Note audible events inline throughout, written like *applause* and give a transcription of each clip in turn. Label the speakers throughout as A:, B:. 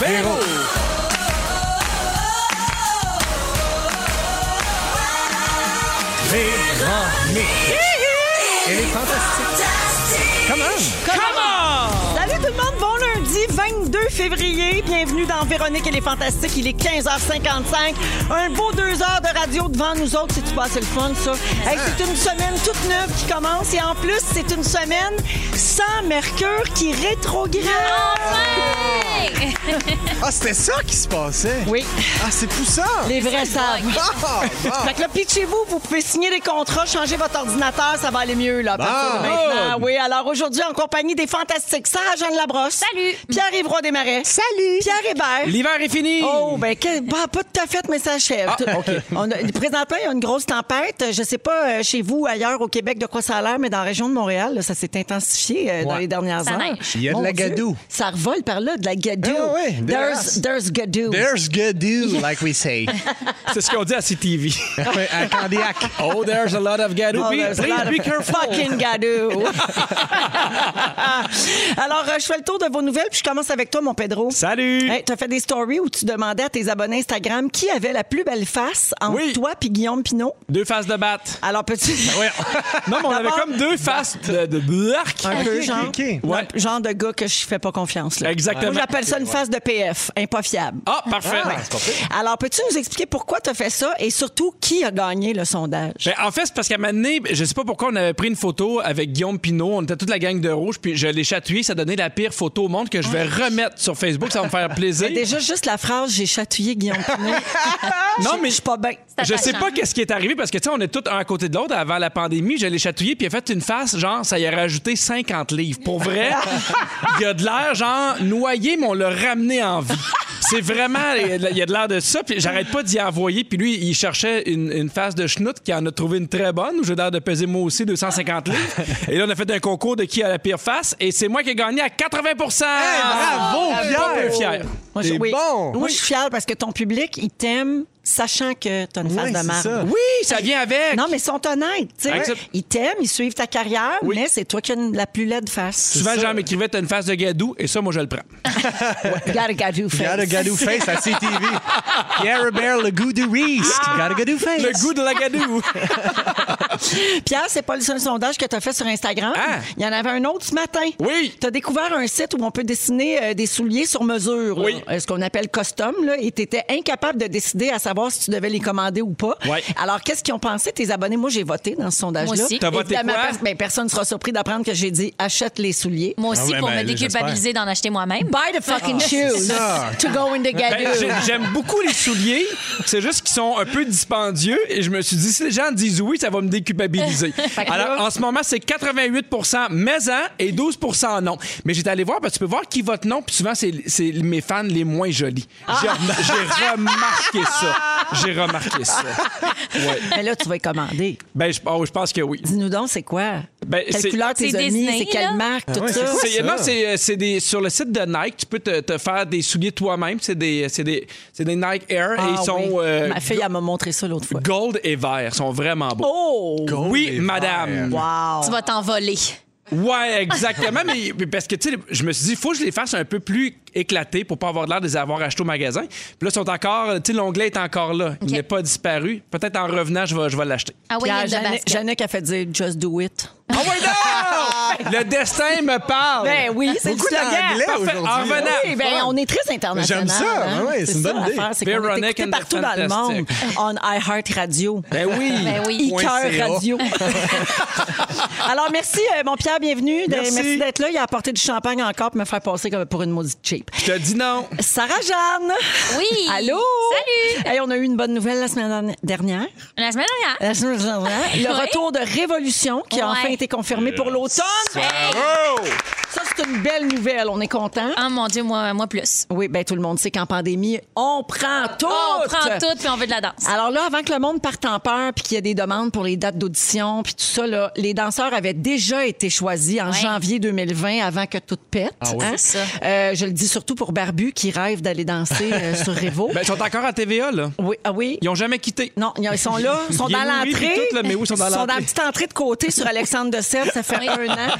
A: Héros. Véronique. Elle est fantastique. Come on.
B: Salut tout le monde, bon lundi 22 février. Bienvenue dans Véronique et les Fantastiques. Il est 15h55. Un beau deux heures de radio devant nous autres. C'est-tu pas assez le fun, ça? Hey, c'est une semaine toute neuve qui commence et en plus, c'est une semaine sans Mercure qui rétrograde.
A: Ah, c'était ça qui se passait?
B: Oui,
A: Ah, c'est pour ça?
B: les vrais savent.
A: Ah, bon.
B: Fait que là, pitchez-vous, vous pouvez signer des contrats, changer votre ordinateur, ça va aller mieux, là, à partir de
A: Bon.
B: maintenant. Oui, alors aujourd'hui, en compagnie des fantastiques Sarah-Jeanne Labrosse.
C: Salut.
B: Pierre-Yves Roy Desmarais. Salut. Pierre Hébert.
D: L'hiver est fini!
B: Oh, ben, que- bah, pas tout à fait, mais ça achève.
A: Ah,
B: Tout- OK. On a, présentement, il y a une grosse tempête. Je sais pas euh, chez vous, ailleurs au Québec, de quoi ça a l'air, mais dans la région de Montréal, là, ça s'est intensifié euh, dans
D: Ouais.
B: les dernières
C: Ça
B: heures.
C: neige.
A: Il y a de la
B: Dieu,
A: gadoue.
B: Ça revole par là, de la gadoue.
A: Ah ouais,
B: there's,
A: dégueulasse.
B: there's gadoue.
A: There's good do, like we say.
D: C'est ce qu'on dit à CTV.
A: Ouais, à Candiac.
D: Oh, there's a lot of gadoue.
B: Oh,
D: Please
B: there's a lot
D: please
B: of
D: be careful.
B: Fucking
D: *laughs*
B: gadou. *laughs* Alors, euh, je fais le tour de vos nouvelles, puis je commence avec toi, mon Pedro.
D: Salut!
B: Hey, t'as fait des stories où tu demandais à tes abonnés Instagram qui avait la plus belle face entre
D: Oui.
B: toi puis Guillaume Pinot.
D: Deux faces de batte.
B: Alors,
D: *laughs*
B: peux-tu...
D: Non, mais on avait
B: D'abord-
D: comme deux faces de, de l'arc.
B: Un peu, genre.
A: ok.
D: Ouais.
B: Le genre de gars que je fais pas confiance. Là.
D: Exactement.
B: Moi, j'appelle ça une face de PF, impofiable.
D: Ah, parfait.
B: Alors, peux-tu nous expliquer pourquoi tu as fait ça et surtout qui a gagné le sondage?
D: Ben, en fait, c'est parce qu'à un moment donné, je sais pas pourquoi on avait pris une photo avec Guillaume Pinault. On était toute la gang de rouge, puis je l'ai chatouillé. Ça donnait la pire photo au monde que je vais remettre sur Facebook. Ça va
B: *laughs*
D: me faire plaisir.
B: Déjà, juste la phrase j'ai chatouillé Guillaume *laughs* Pinot.
D: *laughs* Non,
B: Je-
D: mais-
B: Je suis pas bien.
D: Je sais pas qu'est-ce qui est arrivé parce que tu sais on est tous un à côté de l'autre avant la pandémie, je l'ai chatouillé puis il a fait une face genre ça y a rajouté 50 livres. Pour vrai, il a de l'air genre noyé mais on l'a ramené en vie. C'est vraiment il y a de l'air de ça puis j'arrête pas d'y envoyer puis lui il cherchait une, une face de schnout qui en a trouvé une très bonne où j'ai l'air de peser moi aussi 250 livres. Et là on a fait un concours de qui a la pire face et c'est moi qui ai gagné à 80
A: Hey, Eh, bravo,
D: Pas
A: Pierre!
D: peu Ah, fier.
B: Moi, je,
A: T'es bon.
B: Moi, je suis fière parce que ton public, il t'aime sachant que t'as une
A: Oui,
B: face de
A: c'est
B: marde.
A: ça.
D: Oui, ça vient avec.
B: Non, mais ils sont honnêtes. tu sais.
D: Accepte.
B: Ils t'aiment, ils suivent ta carrière,
D: Oui.
B: mais c'est toi qui as une- la plus laide face.
D: Souvent,
A: c'est ça.
D: Jean m'écrivait, t'as une face de gadou, et ça, moi, je le prends.
B: Gotta, gotta do
A: Got a
B: face.
A: gadou face à CTV. Pierre Bear, le goût du Reese. Got a gadou face.
D: Le goût de
B: *laughs*
D: la gadoue.
B: Pierre, c'est pas le seul sondage que tu as fait sur Instagram.
D: Ah!
B: Il y en avait un autre ce matin.
D: Oui.
B: Tu as découvert un site où on peut dessiner euh, des souliers sur mesure, là.
D: Oui.
B: Euh, ce qu'on appelle custom, là, et tu étais incapable de décider à savoir si tu devais les commander ou pas.
D: Ouais.
B: Alors, qu'est-ce qu'ils ont pensé, tes abonnés? Moi, j'ai voté dans ce sondage-là.
C: Moi aussi.
D: T'as voté
B: Évidemment,
D: quoi?
B: pers- ben, personne ne sera surpris d'apprendre que j'ai dit achète les souliers. Ah,
C: Moi aussi,
A: Ah ouais,
C: pour
A: ben,
C: me
A: là,
C: déculpabiliser d'en acheter moi-même.
B: Buy the fucking shoes
A: ça.
B: to go in the
D: Ben,
B: gadoo.
D: j'ai- J'aime beaucoup les souliers. C'est juste qu'ils sont un peu dispendieux. Et je me suis dit, si les gens disent oui, ça va
B: *laughs*
D: me déculpabiliser. Alors, en ce moment, c'est 88 maison et 12 non. Mais j'étais allé voir, parce que tu peux voir qui vote non. Puis souvent, c'est c'est mes fans les moins jolis.
B: Ah!
D: J'ai j'ai remarqué ça. J'ai remarqué ça. Ouais.
B: Mais là, tu vas y commander.
D: Ben, je, oh, je pense que oui.
B: Dis-nous donc, c'est quoi?
D: Ben,
B: Quelle
D: c'est- Ah
B: couleur tes
C: C'est
B: amis?
C: Disney,
B: C'est quelle
C: là?
B: marque? Tout
A: ouais,
B: ça?
A: c'est-
D: C'est-
A: ça?
D: non, c'est, euh, c'est des, sur le site de Nike, tu peux te, te faire des souliers toi-même. C'est des, c'est des, c'est des Nike Air
B: Ah
D: et ils sont
B: oui.
D: euh,
B: Ma fille, elle m'a montré ça l'autre fois.
D: gold et vert. Ils sont vraiment beaux.
B: Oh!
D: oui, madame.
B: Wow!
C: Tu vas t'envoler.
D: Ouais, exactement. mais, mais parce que, tu sais, je me suis dit, il faut que je les fasse un peu plus éclatés pour pas avoir l'air de les avoir achetés au magasin. Puis là, ils sont encore, tu sais, l'onglet est encore là.
C: Ok.
D: Il n'est pas disparu. Peut-être en revenant, je vais, je vais l'acheter.
C: Ah oui,
B: Puis à
C: il y a de
B: Jeanne-
C: basket.
B: Jeannick a fait dire Just do it.
D: Oh, ouais, non! Le destin me parle.
B: Ah. Ben
C: Ben
B: oui, c'est
A: Beaucoup d'anglais
D: Parfait,
A: aujourd'hui.
D: en revenant.
B: Oui, ben, on est très international.
A: J'aime ça,
B: hein.
A: ouais, ouais, c'est une bonne idée.
B: l'affaire, c'est qu'on est
D: Véronique
B: écouté
D: and the
B: partout dans le monde. On iHeart Radio.
D: Ben oui.
C: Ben oui.
B: Iker
D: Point CA.
B: Radio. Alors, merci, euh, mon Pierre, bienvenue. De-
D: Merci.
B: d'être là. Il a apporté du champagne encore pour me faire passer comme pour une maudite cheap.
D: Je te dis non.
B: Sarah-Jeanne.
C: Oui.
B: Allô?
C: Salut.
B: Hey, on a eu une bonne nouvelle la semaine dernière.
C: La semaine dernière.
B: La semaine dernière, Le
C: Oui.
B: retour de Révolution qui a
C: Ouais.
B: enfin été confirmé pour l'automne. Ça, c'est une belle nouvelle. On est content.
C: Ah mon Dieu, moi, moi plus.
B: Oui, bien, tout le monde sait qu'en pandémie, on prend tout.
C: On prend tout puis on veut de la danse.
B: Alors là, avant que le monde parte en peur puis qu'il y ait des demandes pour les dates d'audition puis tout ça, là, les danseurs avaient déjà été choisis en
C: Ouais.
B: janvier 2020 avant que tout pète. hein.
C: C'est ça.
B: Euh, je le dis surtout pour Barbu qui rêve d'aller danser euh, sur Révo.
D: *laughs* Ben, ils sont encore à TVA, là.
B: oui, ah oui.
D: Ils ont jamais quitté.
B: Non, ils sont
D: *laughs*
B: là, ils sont
D: Il y
B: dans
D: a Louis
B: l'entrée.
D: puis tout, là, mais oui, ils sont dans
B: la
D: l'entrée.
B: petite entrée de côté sur Alexandre de Sèvres, ça fait
C: Oui.
B: un an.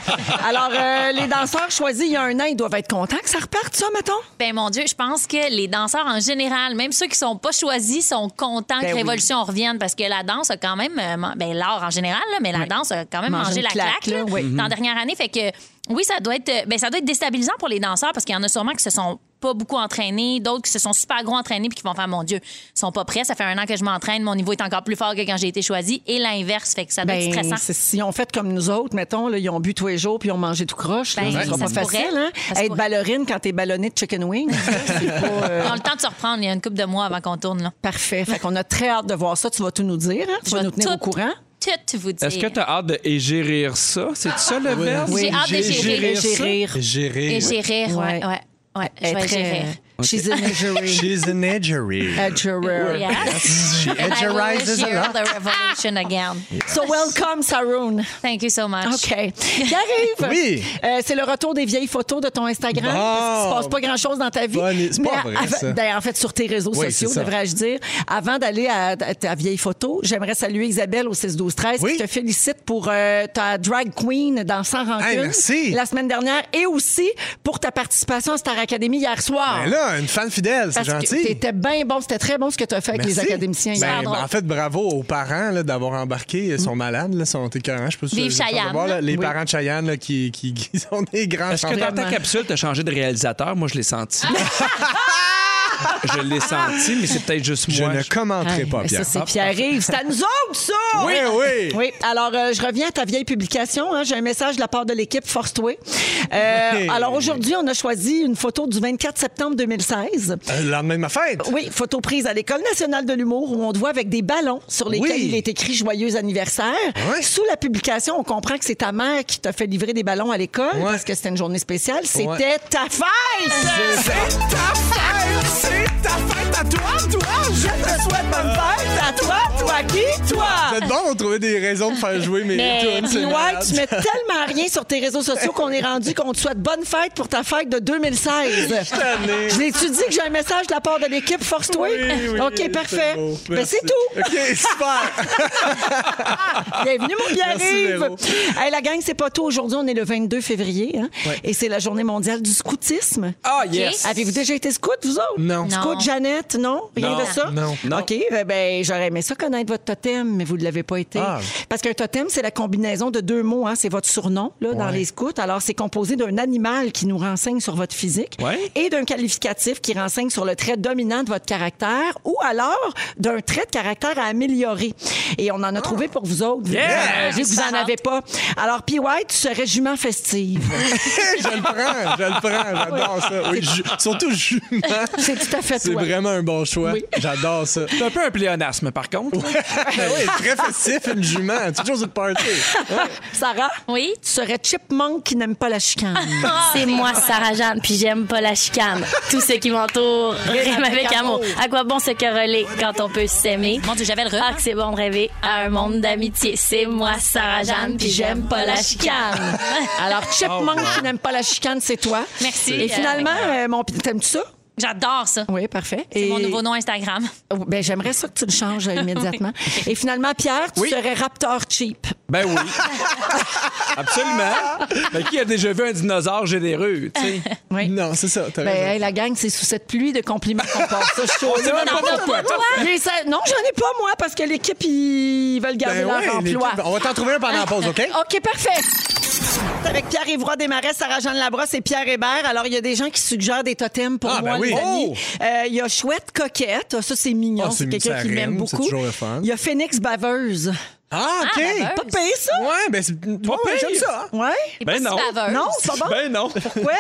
B: Alors, euh, les danseurs choisi il y a un an, ils doivent être contents que ça reparte, ça, mettons?
C: Ben mon Dieu, je pense que les danseurs en général, même ceux qui sont pas choisis, sont contents
B: Ben
C: que
B: oui.
C: Révolution revienne parce que la danse a quand même, euh, man- ben l'art en général, là, mais la danse a quand même
B: Manger
C: mangé
B: une
C: la claque,
B: claque, là,
C: là,
B: oui. Mhm.
C: dans la dernière année. Fait que oui, ça doit être, euh, ben ça doit être déstabilisant pour les danseurs parce qu'il y en a sûrement qui se sont pas beaucoup entraînés, d'autres qui se sont super gros entraînés puis qui vont faire mon Dieu, ils sont pas prêts. Ça fait un an que je m'entraîne, mon niveau est encore plus fort que quand j'ai été choisi et l'inverse. Fait que ça doit être
B: Ben,
C: stressant.
B: c'est- si on fait comme nous autres, mettons, là, ils ont bu tous les jours puis ils ont mangé tout croche, là,
C: Ben,
B: ça sera
C: ça
B: pas
C: se
B: facile.
C: pourrait.
B: Hein?
C: Ça se
B: Être
C: pourrait.
B: ballonné quand t'es ballonné de chicken wings, ça,
C: *laughs*
B: c'est pas euh,
C: Dans le temps de se reprendre, il y a une coupe de mois avant qu'on tourne là.
B: parfait. Fait qu'on a très hâte de voir ça. Tu vas tout nous dire. hein? Tu
C: Je
B: vas
C: vais
B: nous tenir
C: tout-
B: au courant.
C: Tout vous dire.
D: Est-ce que tu as hâte de égérir ça? C'est ça le verbe?
C: J'ai hâte de gérer.
D: Égérir ça?
B: Ah hein. Égérir.
A: Gérer.
C: Et j'ai rire, ouais,
B: Ouais.
C: ouais, ouais. Je
B: Être,
C: vais gérer.
B: euh, *laughs* She's an edgery.
A: *laughs* She's an edgery.
D: *laughs*
B: Edgerer. *laughs*
A: She
C: I will
A: edgerizes a
C: share
A: lot.
C: the revolution again.
B: So welcome, Saroon.
C: Thank you so much.
B: OK. J'arrive.
A: Oui.
B: Euh, c'est le retour des vieilles photos de ton Instagram.
A: Bon.
B: Parce qu'il se passe pas grand-chose dans ta vie.
A: Bonne- c'est pas
B: Mais
A: vrai,
B: av-
A: ça.
B: d'ailleurs, en fait, sur tes réseaux
A: Oui,
B: sociaux,
A: c'est ça.
B: devrais-je dire. Avant d'aller à ta ta vieille photo, j'aimerais saluer Isabelle au 6-12-13
A: Oui.
B: qui te félicite pour euh, ta drag queen dans Sans Rancune
A: Hey, merci.
B: la semaine dernière et aussi pour ta participation à Star Academy hier soir.
A: Ben là, une fan fidèle, c'est
B: parce que
A: gentil.
B: t'étais bien bon, c'était très bon ce que tu as fait
A: Merci.
B: avec les académiciens
A: Ben,
B: hier.
C: hier.
A: en fait, bravo aux parents là, d'avoir embarqué. Ils sont malades, là, sont écœurants. Je peux
C: Vive Cheyenne.
A: les parents de Cheyenne là, qui, qui, qui sont des grands
D: Est-ce que dans ta
A: champions.
D: capsule, t'as changé de réalisateur? Moi, je l'ai senti. *laughs* je l'ai senti, mais c'est peut-être juste
A: Je
D: moi.
A: ne commenterai
B: Hey,
A: pas, Pierre.
B: Ça, c'est Pierre-Yves. C'est à nous autres, ça!
A: Oui, oui.
B: Oui. Alors, euh, je reviens à ta vieille publication. hein. J'ai un message de la part de l'équipe Force-toi. Euh,
A: Oui.
B: Alors, aujourd'hui, on a choisi une photo du 24 septembre 2016.
A: Euh, Le lendemain de ma fête.
B: Oui, photo prise à l'École nationale de l'humour où on te voit avec des ballons sur lesquels
A: Oui. Ah
B: il est écrit Joyeux anniversaire.
A: Ouais.
B: Sous la publication, on comprend que c'est ta mère qui t'a fait livrer des ballons à l'école
A: Ouais.
B: parce que c'était une journée spéciale. C'était
A: Ouais.
B: ta fête!
A: C'est ta fête! C'est ta fête à toi, toi!
B: Je te souhaite bonne fête à toi, toi qui, toi!
A: C'est bon, on trouvait des raisons de faire jouer mes tunes. c'est
B: Ouais,
A: malade.
B: tu mets tellement rien sur tes réseaux sociaux qu'on est rendu qu'on te souhaite bonne fête pour ta fête de 2016.
A: tanné.
B: Je l'ai-tu dit que j'ai un message de la part de l'équipe? Force-toi.
A: Oui, oui,
B: OK,
A: c'est
B: parfait.
A: beau.
B: Ben,
A: Merci.
B: c'est tout.
A: *laughs* OK, super.
B: *laughs* Bienvenue, mon *laughs* Pierre-Yves.
A: Merci,
B: Hey, la gang, c'est pas tout. Aujourd'hui, on est le 22 février hein, et c'est la journée mondiale du scoutisme.
D: Ah,
C: Ok.
D: yes!
B: Avez-vous déjà été scout, vous autres?
A: Non.
C: Non.
B: Scout, Jeannette, non? Rien
A: Non.
B: de ça?
A: Non. Non.
B: OK, eh ben, j'aurais aimé ça connaître votre totem, mais vous ne l'avez pas été.
A: Ah.
B: Parce qu'un totem, c'est la combinaison de deux mots. hein. C'est votre surnom là, dans
A: Ouais.
B: les scouts. Alors, c'est composé d'un animal qui nous renseigne sur votre physique
D: Ouais.
B: et d'un qualificatif qui renseigne sur le trait dominant de votre caractère ou alors d'un trait de caractère à améliorer. Et on
A: Ah.
B: en a trouvé pour vous autres. Vous-
D: Yeah!
B: Vous vous en avez pas. Alors, P. White, tu serais
A: *laughs*
B: jument festive.
A: je le prends, je le prends. J'adore ça. Oui, ju- surtout jument.
B: c'est tout à fait
A: C'est
B: toi.
A: vraiment un bon choix. J'adore
B: *laughs*
A: ça.
D: C'est un peu un pléonasme, par contre.
A: Ben oui, très festif, une jument. C'est toujours une party.
B: Sarah?
C: Oui?
B: Tu serais chipmunk qui n'aime pas la chicane.
E: C'est moi, Sarah Jeanne, puis j'aime pas la chicane. Tout ce qui m'entoure rime avec amour. À quoi bon se quereller quand on peut s'aimer?
C: Mon Dieu, j'avais le
E: Ah,
C: rhume.
E: que c'est bon de rêver à un monde d'amitié. C'est moi, Sarah Jeanne, puis j'aime pas la chicane.
B: Alors,
A: Oh,
B: chipmunk qui n'aime pas la chicane, c'est toi.
C: Merci.
B: Et
C: Euh,
B: finalement, euh, mon p- t'aimes-tu ça?
C: J'adore ça.
B: Oui, parfait.
C: C'est
B: Et-
C: mon nouveau nom Instagram.
B: Oh, Ben, j'aimerais ça que tu le changes
C: *laughs*
B: euh, immédiatement. Et finalement, Pierre, tu
D: Oui.
B: serais raptor cheap.
D: Ben oui. Absolument. Mais qui a déjà vu un dinosaure généreux, tu sais?
B: Oui.
A: Non, c'est ça. T'as
B: Ben,
A: raison.
B: hey, la gang, c'est sous cette pluie de compliments qu'on passe. Ça, je suis
D: sait même
B: Non,
D: pas
B: non,
D: pourquoi.
B: non, non. Les- ça- Non, j'en ai pas, moi, parce que l'équipe, ils veulent garder
A: Ben
B: leur
A: ouais,
B: emploi. Oh.
A: l'équipe- On va t'en trouver un pendant la pause,
B: *laughs*
A: OK?
B: OK, parfait. Avec Pierre Évroy Desmarais, Sarah-Jeanne Labrosse et Pierre Hébert. Alors, il y a des gens qui suggèrent des totems pour
A: Ah,
B: moi,
A: ben oui.
B: les amis.
A: Oh!
B: Euh, Il y a Chouette Coquette. Ça, c'est mignon.
A: Ah, c'est
B: c'est quelqu'un
A: ça
B: qui m'aime
A: rime, c'est
B: beaucoup.
A: toujours le fun.
B: Il y a Phoenix Baveuse.
A: Ah, OK.
C: ben,
B: Pas payé, ça?
A: ouais, ben c'est. Pas
D: pire.
A: j'aime ça.
B: Ouais?
D: Ben
C: Pas
D: non.
C: si baveuse.
B: Non, c'est pas bon?
A: *laughs*
D: Ben non. Mais
B: Quoi?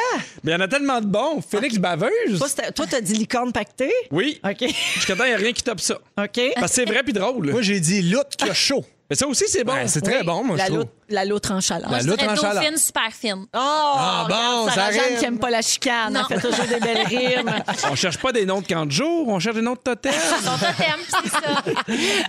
D: il y en a tellement de bons. Félix Baveuse.
B: Toi, c'était- Toi, t'as dit licorne pactée?
D: Oui.
B: OK.
D: Je suis content, il n'y a rien qui top ça.
B: OK.
A: Ah,
D: Parce que c'est vrai puis drôle.
A: Moi, j'ai dit l'autre qui a chaud.
D: Mais ça aussi, c'est bon.
A: Ouais, c'est très
B: Oui,
A: bon, moi,
B: la
A: je trouve.
B: loutre- La loutre en chaleur.
A: La
C: Je
A: loutre en
C: serais
A: chaleur.
C: dauphine, super fine.
B: Oh,
A: Ah,
B: regarde,
A: bon, ça
B: Sarah-Jeanne
A: rime.
B: qui aime pas la chicane.
C: Non.
B: Elle fait toujours des belles rimes.
D: On cherche pas des noms de camp de jour, on cherche des noms de totem.
C: Son totem, c'est ça.
B: *laughs*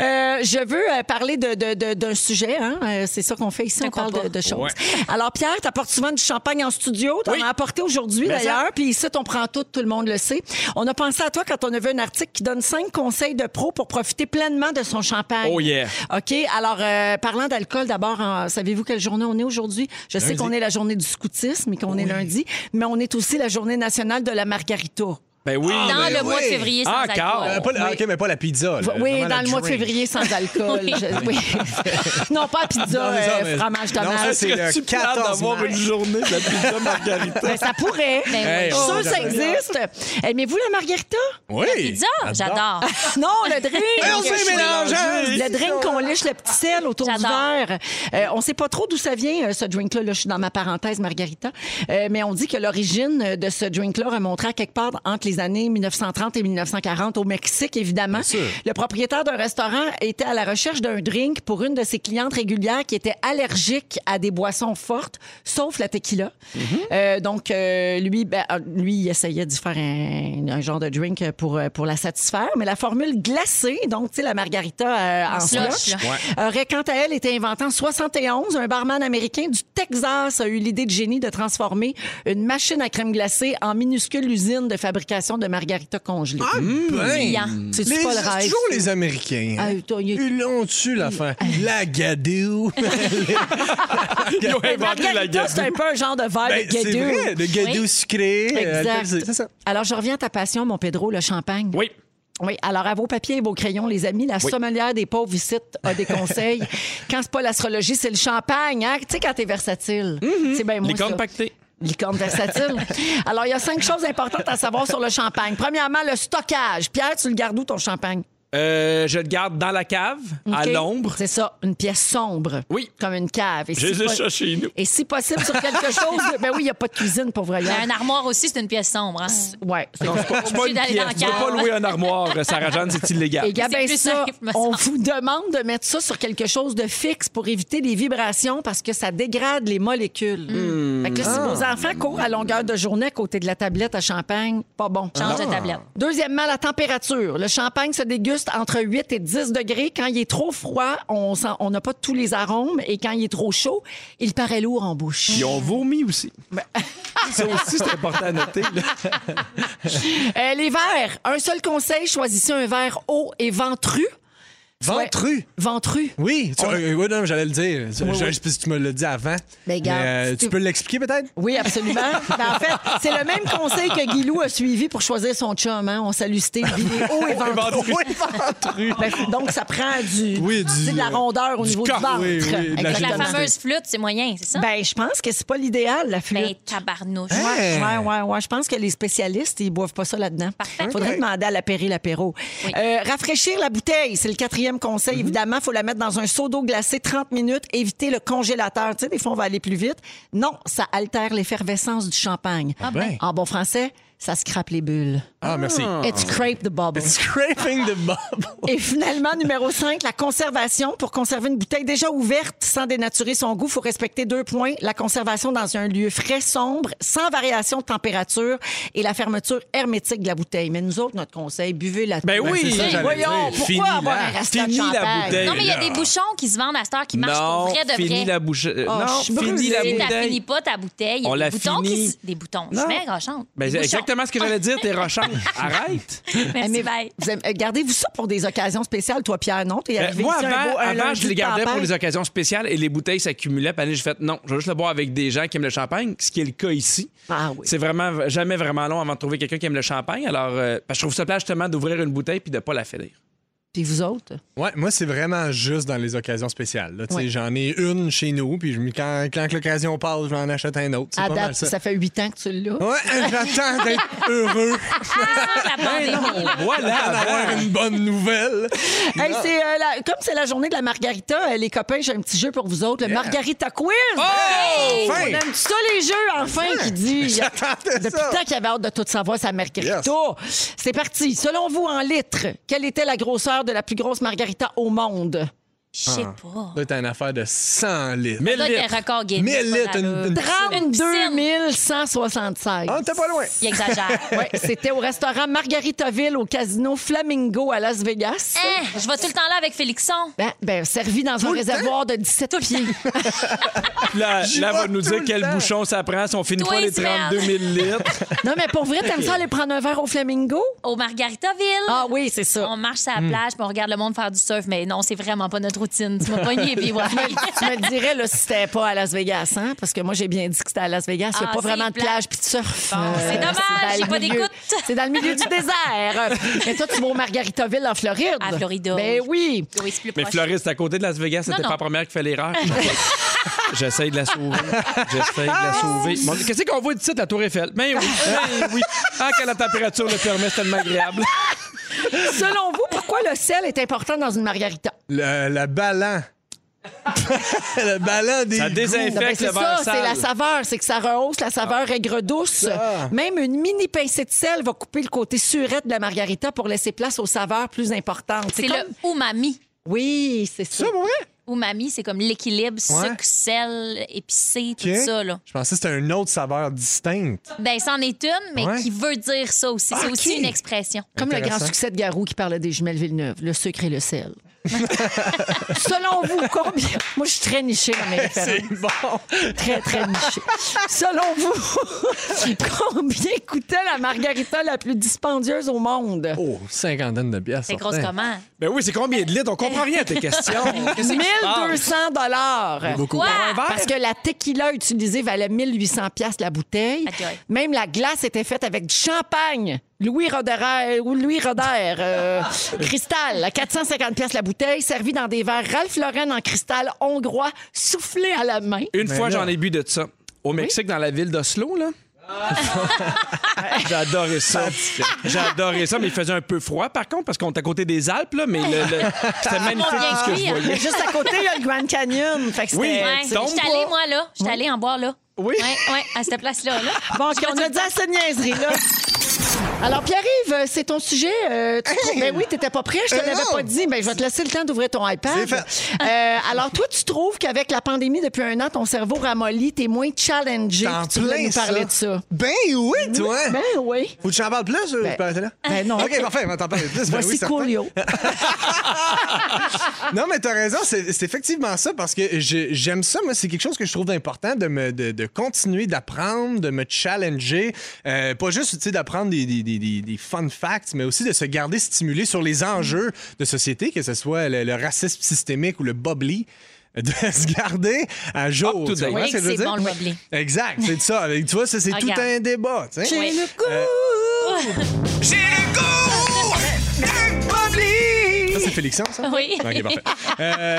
B: Euh, je veux euh, parler de- de- de- d'un sujet. hein. Euh, C'est ça qu'on fait ici. On
C: crois
B: parle de,
C: pas.
B: de choses.
D: Ouais. *laughs*
B: Alors, Pierre, tu apportes souvent du champagne en studio. Tu en
D: Oui.
B: as apporté aujourd'hui,
D: Mais ça-
B: d'ailleurs. Puis ici, on prend tout. Tout le monde le sait. On a pensé à toi quand on a vu un article qui donne cinq conseils de pro pour profiter pleinement de son champagne.
D: Oh yeah.
B: OK. Alors, euh, parlant d'alcool, d'abord, en- savez-vous quelle journée on est aujourd'hui? Je sais qu'on est la journée du scoutisme et qu'on est lundi, mais on est aussi la journée nationale de la margarita.
D: Ben oui.
C: Dans
D: ben
C: le
D: oui.
C: mois de février, sans
D: Encore.
C: alcool.
A: Euh, pas le- ah, OK, mais pas la pizza. là,
B: oui,
A: vraiment
B: dans
A: la
B: le mois de
A: drink.
B: février, sans alcool.
A: *laughs*
B: Je- oui. non, pas pizza,
A: Non, mais ça,
B: euh,
A: mais-
B: fromage
A: non, ça,
B: tomate.
A: c'est le
D: Tu parles
A: 14
D: d'avoir
A: mars.
D: une journée de la pizza margarita.
B: Ben, ça pourrait.
C: Ben oui.
D: Hey,
B: Je suis
D: on
B: sûre que ça
A: adore.
B: existe. Aimez-vous la margarita?
A: *laughs* Oui.
C: Pizza, j'adore.
B: Non, le drink.
A: Mais on s'est mélangé.
B: Le drink qu'on lèche le petit sel autour du
C: J'adore.
B: verre. Euh, on sait pas trop d'où ça vient, euh, ce drink-là. Là, je suis dans ma parenthèse, Margarita. Euh, mais on dit que l'origine euh, de ce drink-là remonterait à quelque part entre les années 1930 et 1940 au Mexique, évidemment. Le propriétaire d'un restaurant était à la recherche d'un drink pour une de ses clientes régulières qui était allergique à des boissons fortes, sauf la tequila. Euh, donc, euh, lui, ben, euh, lui, il essayait d'y faire un, un genre de drink pour, euh, pour la satisfaire. Mais la formule glacée, donc, tu sais, la margarita euh, en
C: slush,
B: slush,
C: là.
B: aurait, quant à elle, été inventée en 71. Un barman américain du Texas a eu l'idée de génie de transformer une machine à crème glacée en minuscule usine de fabrication de margarita congelée.
A: Ah,
D: Mm.
C: Brillant.
A: ben.
B: C'est-tu
A: Les-
B: pas le
A: c'est
B: rêve,
A: toujours
B: ça?
A: les Américains. hein.
B: Ah, toi, il est-
A: Ils l'ont tu l'affaire. La
B: *laughs*
A: gadoue.
D: Ils ont inventé la
B: Margarita, c'est un
D: gadoue.
B: peu un genre de verre
A: Ben,
B: de
A: c'est
B: guédou.
A: vrai, le gadou
C: Oui.
A: sucré. euh,
B: Exact.
A: c'est- C'est ça.
B: Alors, je reviens à ta passion, mon Pedro, le champagne.
D: Oui.
B: Oui, alors à vos papiers et vos crayons, les amis, la sommelière des pauvres ici a
A: *laughs*
B: des conseils. quand c'est pas l'astrologie, c'est le champagne, hein? Tu sais, quand t'es versatile.
A: Mm-hmm.
B: C'est bien moi,
D: Licorne
B: ça.
D: pactée.
B: Licorne versatile.
C: *laughs*
B: Alors, il y a cinq choses importantes à savoir sur le champagne. Premièrement, le stockage. Pierre, tu le gardes où, ton champagne?
D: Euh, je le garde dans la cave, à
B: OK?
D: l'ombre.
B: C'est ça, une pièce sombre.
D: Oui.
B: Comme une cave. Et
D: Je les ai ça chez nous.
B: Et si possible, sur
D: *laughs*
B: quelque chose... de- Ben oui, il n'y a pas de cuisine, pour vrai.
C: Mais un armoire aussi, c'est une pièce sombre. hein.
B: Ouais, c'est
D: Non, c'est pas, c'est pas
C: Obligé
D: une
C: d'aller
D: pièce.
C: dans la
D: Tu peux
C: cave.
D: pas louer un armoire, euh, Sarah
B: *laughs*
D: Jeanne, c'est illégal.
B: Et gabin
C: plus
B: ça,
C: simple, me
B: on
C: semble.
B: vous demande de mettre ça sur quelque chose de fixe pour éviter les vibrations parce que ça dégrade les molécules.
C: Hmm.
B: Fait que là, si
C: Ah.
B: vos enfants courent à longueur de journée à côté de la tablette à champagne, pas bon. Ah.
C: Change de tablette.
B: Ben, Deuxièmement, la température. Le champagne se déguste entre 8 et 10 degrés. Quand il est trop froid, on sent- on n'a pas tous les arômes. Et quand il est trop chaud, il paraît lourd en bouche.
D: Ils ont vomi aussi. Ça aussi, c'est important à noter. là.
B: Euh, les verres. Un seul conseil, choisissez un verre haut et ventru.
A: Ventru.
B: Ventru.
A: Oui, tu- euh, oui, non, mais j'allais le dire. Je je sais pas si tu me l'as dit avant.
B: Mais garde,
A: euh,
B: Ben, si
A: tu
B: tu-
A: peux l'expliquer peut-être?
B: Oui,
A: *laughs*
B: absolument. Ben, en fait, c'est le même conseil que Guilou a suivi pour choisir son chum. Hein? On salue Steve. Il est haut et
A: *laughs*
B: ventru.
A: Oui, ventru.
B: Ben, donc, ça prend du,
A: Oui,
B: tu sais,
A: du-
B: de la rondeur au
A: du
B: niveau
A: corps,
B: du ventre.
A: oui, oui, de la
C: La
B: Exactement.
C: fameuse flûte, c'est moyen, c'est ça?
B: Ben, je pense que c'est pas l'idéal, la flûte.
C: Ben, tabarnouche.
A: Hein?
B: Ouais, ouais, ouais, ouais. Je pense que les spécialistes, ils boivent pas ça là-dedans.
C: Euh, Parfait.
B: Faudrait
A: Ok.
B: demander à l'apéry l'apéro.
C: Oui.
B: Euh, rafraîchir la bouteille, c'est le quatrième conseil. Évidemment, faut la mettre dans un seau d'eau glacée 30 minutes. Éviter le congélateur. Tu sais, des fois, on va aller plus vite. Non, ça altère l'effervescence du champagne.
C: Ah
A: ben.
B: En bon français, ça scrape les bulles.
A: Ah, merci.
B: It scrape the bubble.
A: Scraping the bubble.
B: *laughs* Et finalement, numéro 5, la conservation. Pour conserver une bouteille déjà ouverte sans dénaturer son goût, faut respecter deux points. La conservation dans un lieu frais, sombre, sans variation de température et la fermeture hermétique de la bouteille. Mais nous autres, notre conseil, buvez la
D: Ben oui.
A: c'est ça, j'allais
B: Voyons,
A: dire.
B: pourquoi
A: Fini
B: avoir
A: la-
B: un restant de
D: fini la
B: champagne?
D: bouteille.
C: non, mais il y a
D: là.
C: des bouchons qui se vendent à cette heure qui marchent
D: non,
C: pour vrai de
D: fini
C: vrai.
D: la bouche. euh,
B: Oh,
D: non,
B: je suis brûlée.
D: fini la
C: Tu sais, t'as
D: bouteille.
C: fini pas ta bouteille. Il y a
D: On
C: des
D: l'a
C: boutons
D: fini.
C: qui se- Des boutons. Je
D: Non.
C: suis bien rochante.
D: Ben,
C: Des
D: c'est
C: bouchons. Ben,
D: exactement ce que j'allais dire,
B: *laughs*
D: t'es rochante. Arrête.
C: Merci,
B: Mais
C: bye.
B: vous aimez- euh, gardez-vous ça pour des occasions spéciales, toi, Pierre, non? T'es
D: Ben,
B: arrivé
D: moi,
B: ici un
D: avant,
B: beau- un
D: avant
B: lundi
D: je les
B: de
D: gardais pour
B: tempête.
D: les occasions spéciales et les bouteilles s'accumulaient. Puis j'ai fait non, je vais juste le boire avec des gens qui aiment le champagne, ce qui est le cas ici.
B: Ah oui.
D: C'est vraiment jamais vraiment long avant de trouver quelqu'un qui aime le champagne. Alors, euh, parce que je trouve ça plat justement d'ouvrir une bouteille puis de pas la finir.
B: Puis vous autres?
A: Ouais, moi, c'est vraiment juste dans les occasions spéciales. là. Tu sais,
B: Ouais.
A: J'en ai une chez nous, puis je me- quand, quand l'occasion passe, j'en achète un autre. C'est
B: À
A: pas mal
B: Ah, date,
A: ça.
B: ça fait huit ans que tu l'as.
D: Oh,
A: Ouais, *laughs* j'attends d'être heureux
C: Ah, la pandémie,
B: *laughs*
C: là.
A: d'en avoir une bonne nouvelle.
B: Hey, c'est, euh, la- comme c'est la journée de la margarita, euh, les copains, j'ai un petit jeu pour vous autres, le Margarita Quiz. On
A: Oh! Enfin!
B: aime ça les jeux, enfin, qui dit.
A: *laughs*
B: Il y a- Depuis le temps qu'il avait hâte de tout savoir, sa margarita. C'est parti. Selon vous, en litres, quelle était la grosseur de la plus grosse margarita au monde?
C: Je sais pas.
A: C'est une affaire de 100 litres.
C: Ça doit être un record Guinness.
A: 1000
C: ça,
A: litres,
C: là.
A: une- une-
B: 32 176.
A: Ah, t'es pas loin.
C: Il exagère.
B: Ouais, c'était au restaurant Margaritaville au casino Flamingo à Las Vegas.
C: Hein, je vais tout le temps là avec Félixon.
B: Ben, ben, servi dans un réservoir de 17 pieds.
A: *laughs*
D: Là,
A: J'y
D: là
A: vois
D: va nous
A: tout
D: dire
A: le
D: quel
A: temps.
D: bouchon ça prend si on finit
C: Toi,
D: pas les
C: Ismaël.
D: 32 000
B: *laughs*
D: litres.
B: Non, mais pour
A: *laughs*
B: vrai, t'aimes ça aller prendre un verre au Flamingo?
C: Au Margaritaville.
B: Ah oui, c'est ça.
C: On marche sur la plage, puis on regarde le monde faire du surf, mais non, c'est vraiment pas notre routine. Tu m'as pogné, puis voilà.
B: Tu me dirais là, si c'était pas à Las Vegas, hein? Parce que moi, j'ai bien dit que c'était à Las Vegas. Il n'y a pas
C: Ah, c'est
B: vraiment de
C: plate.
B: plage puis de surf. Euh,
C: Bon, c'est dommage,
B: dans
C: j'ai
B: le
C: pas
B: milieu-
C: d'écoute.
B: C'est dans le milieu
C: *laughs*
B: du désert. Mais toi, tu vas au Margaritaville en Floride.
C: À Florida,
B: Ben oui.
C: Oui, c'est plus
D: Mais
C: proche.
D: Floriste, à côté de Las Vegas, c'était
C: non.
D: pas la première qui fait
B: *laughs*
D: l'erreur. J'essaye de la sauver. J'essaye de la
B: Ah!
D: sauver. Mon Dieu, Qu'est-ce qu'on voit d'ici, la Tour Eiffel? Mais oui,
B: *laughs*
D: ben oui. Ah, quand la température le permet, c'est tellement agréable.
B: Ah, Selon vous, pourquoi le sel est important dans une margarita?
A: Le, le
B: *laughs*
A: ballon. le ballon des.
D: Ça
A: goûts.
B: Non, ben,
D: désinfecte
B: c'est
D: le
B: ça,
D: vent
B: c'est la
D: sale. Ah.
B: saveur. C'est que ça rehausse la saveur aigre-douce.
A: Ça.
B: Même une mini pincée de sel va couper le côté surette de la margarita pour laisser place aux saveurs plus importantes.
C: C'est
B: comme-
C: le umami.
B: Oui, c'est ça.
A: Ça, pour vrai?
C: Umami, c'est comme l'équilibre
A: Ouais.
C: sucre, sel, épicé, tout
A: Ok.
C: ça. Là.
A: Je pensais que c'était une autre saveur distincte.
C: Ben, c'en est une, mais
A: Ouais.
C: qui veut dire ça aussi. C'est
A: Ok.
C: aussi une expression.
B: Comme le grand
A: Intéressant.
B: succès de Garou qui parlait des jumelles Villeneuve, le sucre et le sel. Selon vous, combien... Moi, je suis très nichée dans mes références.
A: Bon.
B: Très, très nichée. Selon vous, combien coûtait la margarita la plus dispendieuse au monde?
A: Oh, cinquantaine de pièces.
C: C'est grosse comment?
D: Ben oui, c'est combien de litres? On comprend rien à tes
B: *laughs*
D: questions. Qu'est-ce qui se passe?
B: 1200 dollars.
A: Beaucoup.
C: Quoi?
B: Parce que la tequila utilisée valait 1800 pièces la bouteille.
C: Aïe, aïe.
B: Même la glace était faite avec du champagne. Louis Roder, ou Louis Roder, euh, cristal, à 450 pièces la bouteille, servie dans des verres Ralph Lauren en cristal hongrois, soufflé à la main.
D: Une
A: Mais
D: fois,
A: là-
D: j'en ai bu de ça. Au Mexique, dans la ville d'Oslo, là.
A: Ah.
D: *laughs* J'ai adoré ça. J'ai adoré ça, mais il faisait un peu froid, par contre, parce qu'on est à côté des Alpes, là, mais le- le- c'était magnifique
C: bien
D: ce que
C: cuit,
D: je voyais.
C: hein.
B: Juste à côté, il y a le Grand Canyon. Fait que
D: Oui.
B: c'était-
C: Ouais,
D: tu
C: je suis
D: tombes
C: allée,
D: pas.
C: moi, là. Je suis allée en boire, là.
D: Oui.
C: Ouais, ouais, à cette place-là. Là.
B: Bon, OK, on a dit assez de niaiseries, là. Alors, Pierre-Yves, euh, c'est ton sujet. euh, tu trouves- Ben oui, t'étais pas prêt, je te
A: Euh,
B: l'avais
A: non.
B: pas dit. Ben, je vais te laisser le temps d'ouvrir ton iPad.
A: C'est fait.
B: Euh, alors, toi, tu trouves qu'avec la pandémie depuis un an, ton cerveau ramollit, t'es moins challengé.
A: T'en
B: puis Tu voulais
A: plein,
B: nous parler de ça.
A: Ben oui, toi.
B: Ben oui.
A: Faut que tu en parles plus ou
B: Ben-
A: tu peux arrêter là?
B: ben non.
A: OK, parfait, on va t'en parler plus. Ben oui,
B: Voici
A: certain.
B: Coolio.
A: Non, mais t'as raison, c'est c'est effectivement ça parce que je- j'aime ça. Moi, c'est quelque chose que je trouve important de, me, de, de continuer d'apprendre, de me challenger. Euh, pas juste tu sais, d'apprendre des, des, des- des- des fun facts, mais aussi de se garder stimulé sur les enjeux de société, que ce soit le, le racisme systémique ou le bobli. De *laughs* se garder à jour.
D: Up to
A: tu comprends
D: date.
A: ce que je veux
C: Oui, c'est
A: dire?
C: bon, le bobli.
A: Exact, c'est ça. Avec- Tu vois, ça, c'est tout
C: Regarde.
A: un débat. tu sais.
B: J'ai
C: Oui.
B: le goût.
A: J'ai le goût du bobli! Ça, c'est Félixon, ça?
C: Oui.
A: OK, parfait. Euh,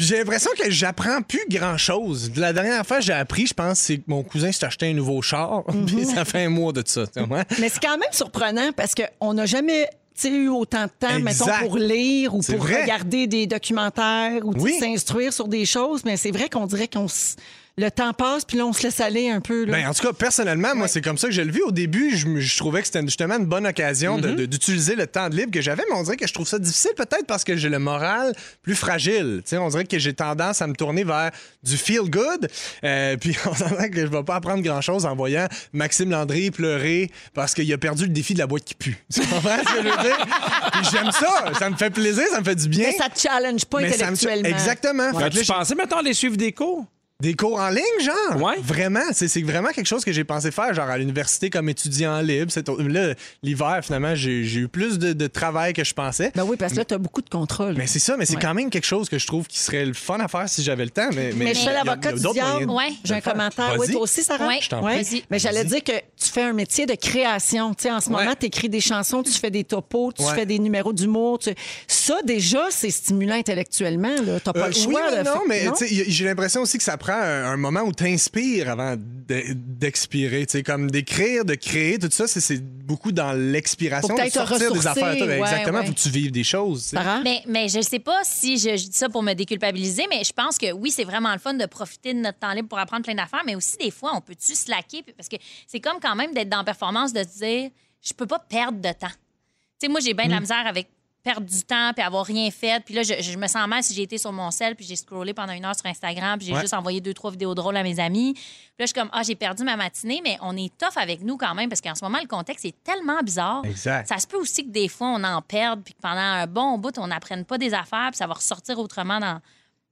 A: j'ai l'impression que j'apprends plus grand-chose. La dernière fois que j'ai appris, je pense, c'est que mon cousin s'est acheté un nouveau char. *laughs* puis ça fait un mois de ça. tu comprends?
B: Mais c'est quand même surprenant parce qu'on n'a jamais tu sais, eu autant de temps,
A: Exact.
B: mettons, pour lire ou
A: C'est
B: pour
A: vrai.
B: regarder des documentaires ou tu sais,
A: Oui.
B: s'instruire sur des choses. Mais c'est vrai qu'on dirait qu'on s- le temps passe puis là, on se laisse aller un peu. Là.
A: Ben, en tout cas, personnellement, moi, c'est comme ça que je le vis. Au début, je, me- je trouvais que c'était justement une bonne occasion de- de- d'utiliser le temps de libre que j'avais, mais on dirait que je trouve ça difficile peut-être parce que j'ai le moral plus fragile. Tu sais, on dirait que j'ai tendance à me tourner vers du feel good. Euh, *laughs* puis on dirait que je vais pas apprendre grand-chose en voyant Maxime Landry pleurer parce qu'il a perdu le défi de la boîte qui pue. Tu comprends ce que je veux
B: *laughs*
A: dire? Puis j'aime ça. Ça me fait plaisir, ça me fait du bien.
B: Mais ça te challenge pas
A: Mais ça me-
B: intellectuellement.
A: Exactement. Fait que là,
D: As-tu pensé, mettons, les suivre des cours?
A: des cours en ligne, genre?
D: Ouais.
A: Vraiment, c'est c'est vraiment quelque chose que j'ai pensé faire, genre à l'université comme étudiant libre. C'est- Là, l'hiver, finalement, j'ai j'ai eu plus de, de travail que je pensais.
B: Ben oui, parce que là, tu as beaucoup de contrôle.
A: Mais c'est ça, mais c'est
B: Ouais.
A: quand même quelque chose que je trouve qui serait le fun à faire si j'avais le temps. Mais,
B: Mais
A: il
B: je
A: y
B: suis
A: a-
B: l'avocat
A: il y a
B: du
A: d'autres moyens
B: diable.
A: de-
C: Ouais.
B: J'ai un
A: de le faire.
B: commentaire. Oui,
A: Vas-y.
B: toi aussi, Sarah?
C: Ouais. Je
A: t'en
B: Ouais.
C: prie.
B: Mais j'allais dire que tu fais un métier de création. Tu sais, en ce moment,
D: Ouais.
B: tu écris des chansons, tu fais des topos, tu
A: Ouais.
B: fais des numéros d'humour. tu- Ça, déjà, c'est stimulant intellectuellement. Tu n'as pas
A: Euh,
B: le
A: oui,
B: choix.
A: mais
B: là.
A: non,
B: Fait-
A: mais tu sais, y- j'ai l'impression aussi que ça prend un, un moment où t'inspires avant de- d'expirer. Tu sais, comme d'écrire, de créer, tout ça, c'est- c'est beaucoup dans l'expiration.
B: Faut que
A: de
B: t'ailles te
A: sortir des
B: ressourcer,
A: affaires. toi, ben,
B: ouais,
A: exactement,
B: ouais.
A: faut que tu vives des choses. tu sais.
B: Sarah?
C: Mais, mais je sais pas si je, je dis ça pour me déculpabiliser, mais je pense que oui, c'est vraiment le fun de profiter de notre temps libre pour apprendre plein d'affaires, mais aussi des fois, on peut-tu slacker? Puis- Parce que c'est comme quand même d'être dans performance, de se dire, je peux pas perdre de temps. Tu sais, moi, j'ai bien
A: Mm.
C: de la misère avec perdre du temps puis avoir rien fait. Puis là, je, je me sens mal si j'ai été sur mon sel puis j'ai scrollé pendant une heure sur Instagram puis j'ai
A: Ouais.
C: juste envoyé deux, trois vidéos drôles à mes amis. Puis là, je suis comme, ah, j'ai perdu ma matinée, mais on est tough avec nous quand même parce qu'en ce moment, le contexte est tellement bizarre.
A: Exact.
C: Ça se peut aussi que des fois, on en perde, puis que pendant un bon bout, on n'apprenne pas des affaires, puis ça va ressortir autrement dans,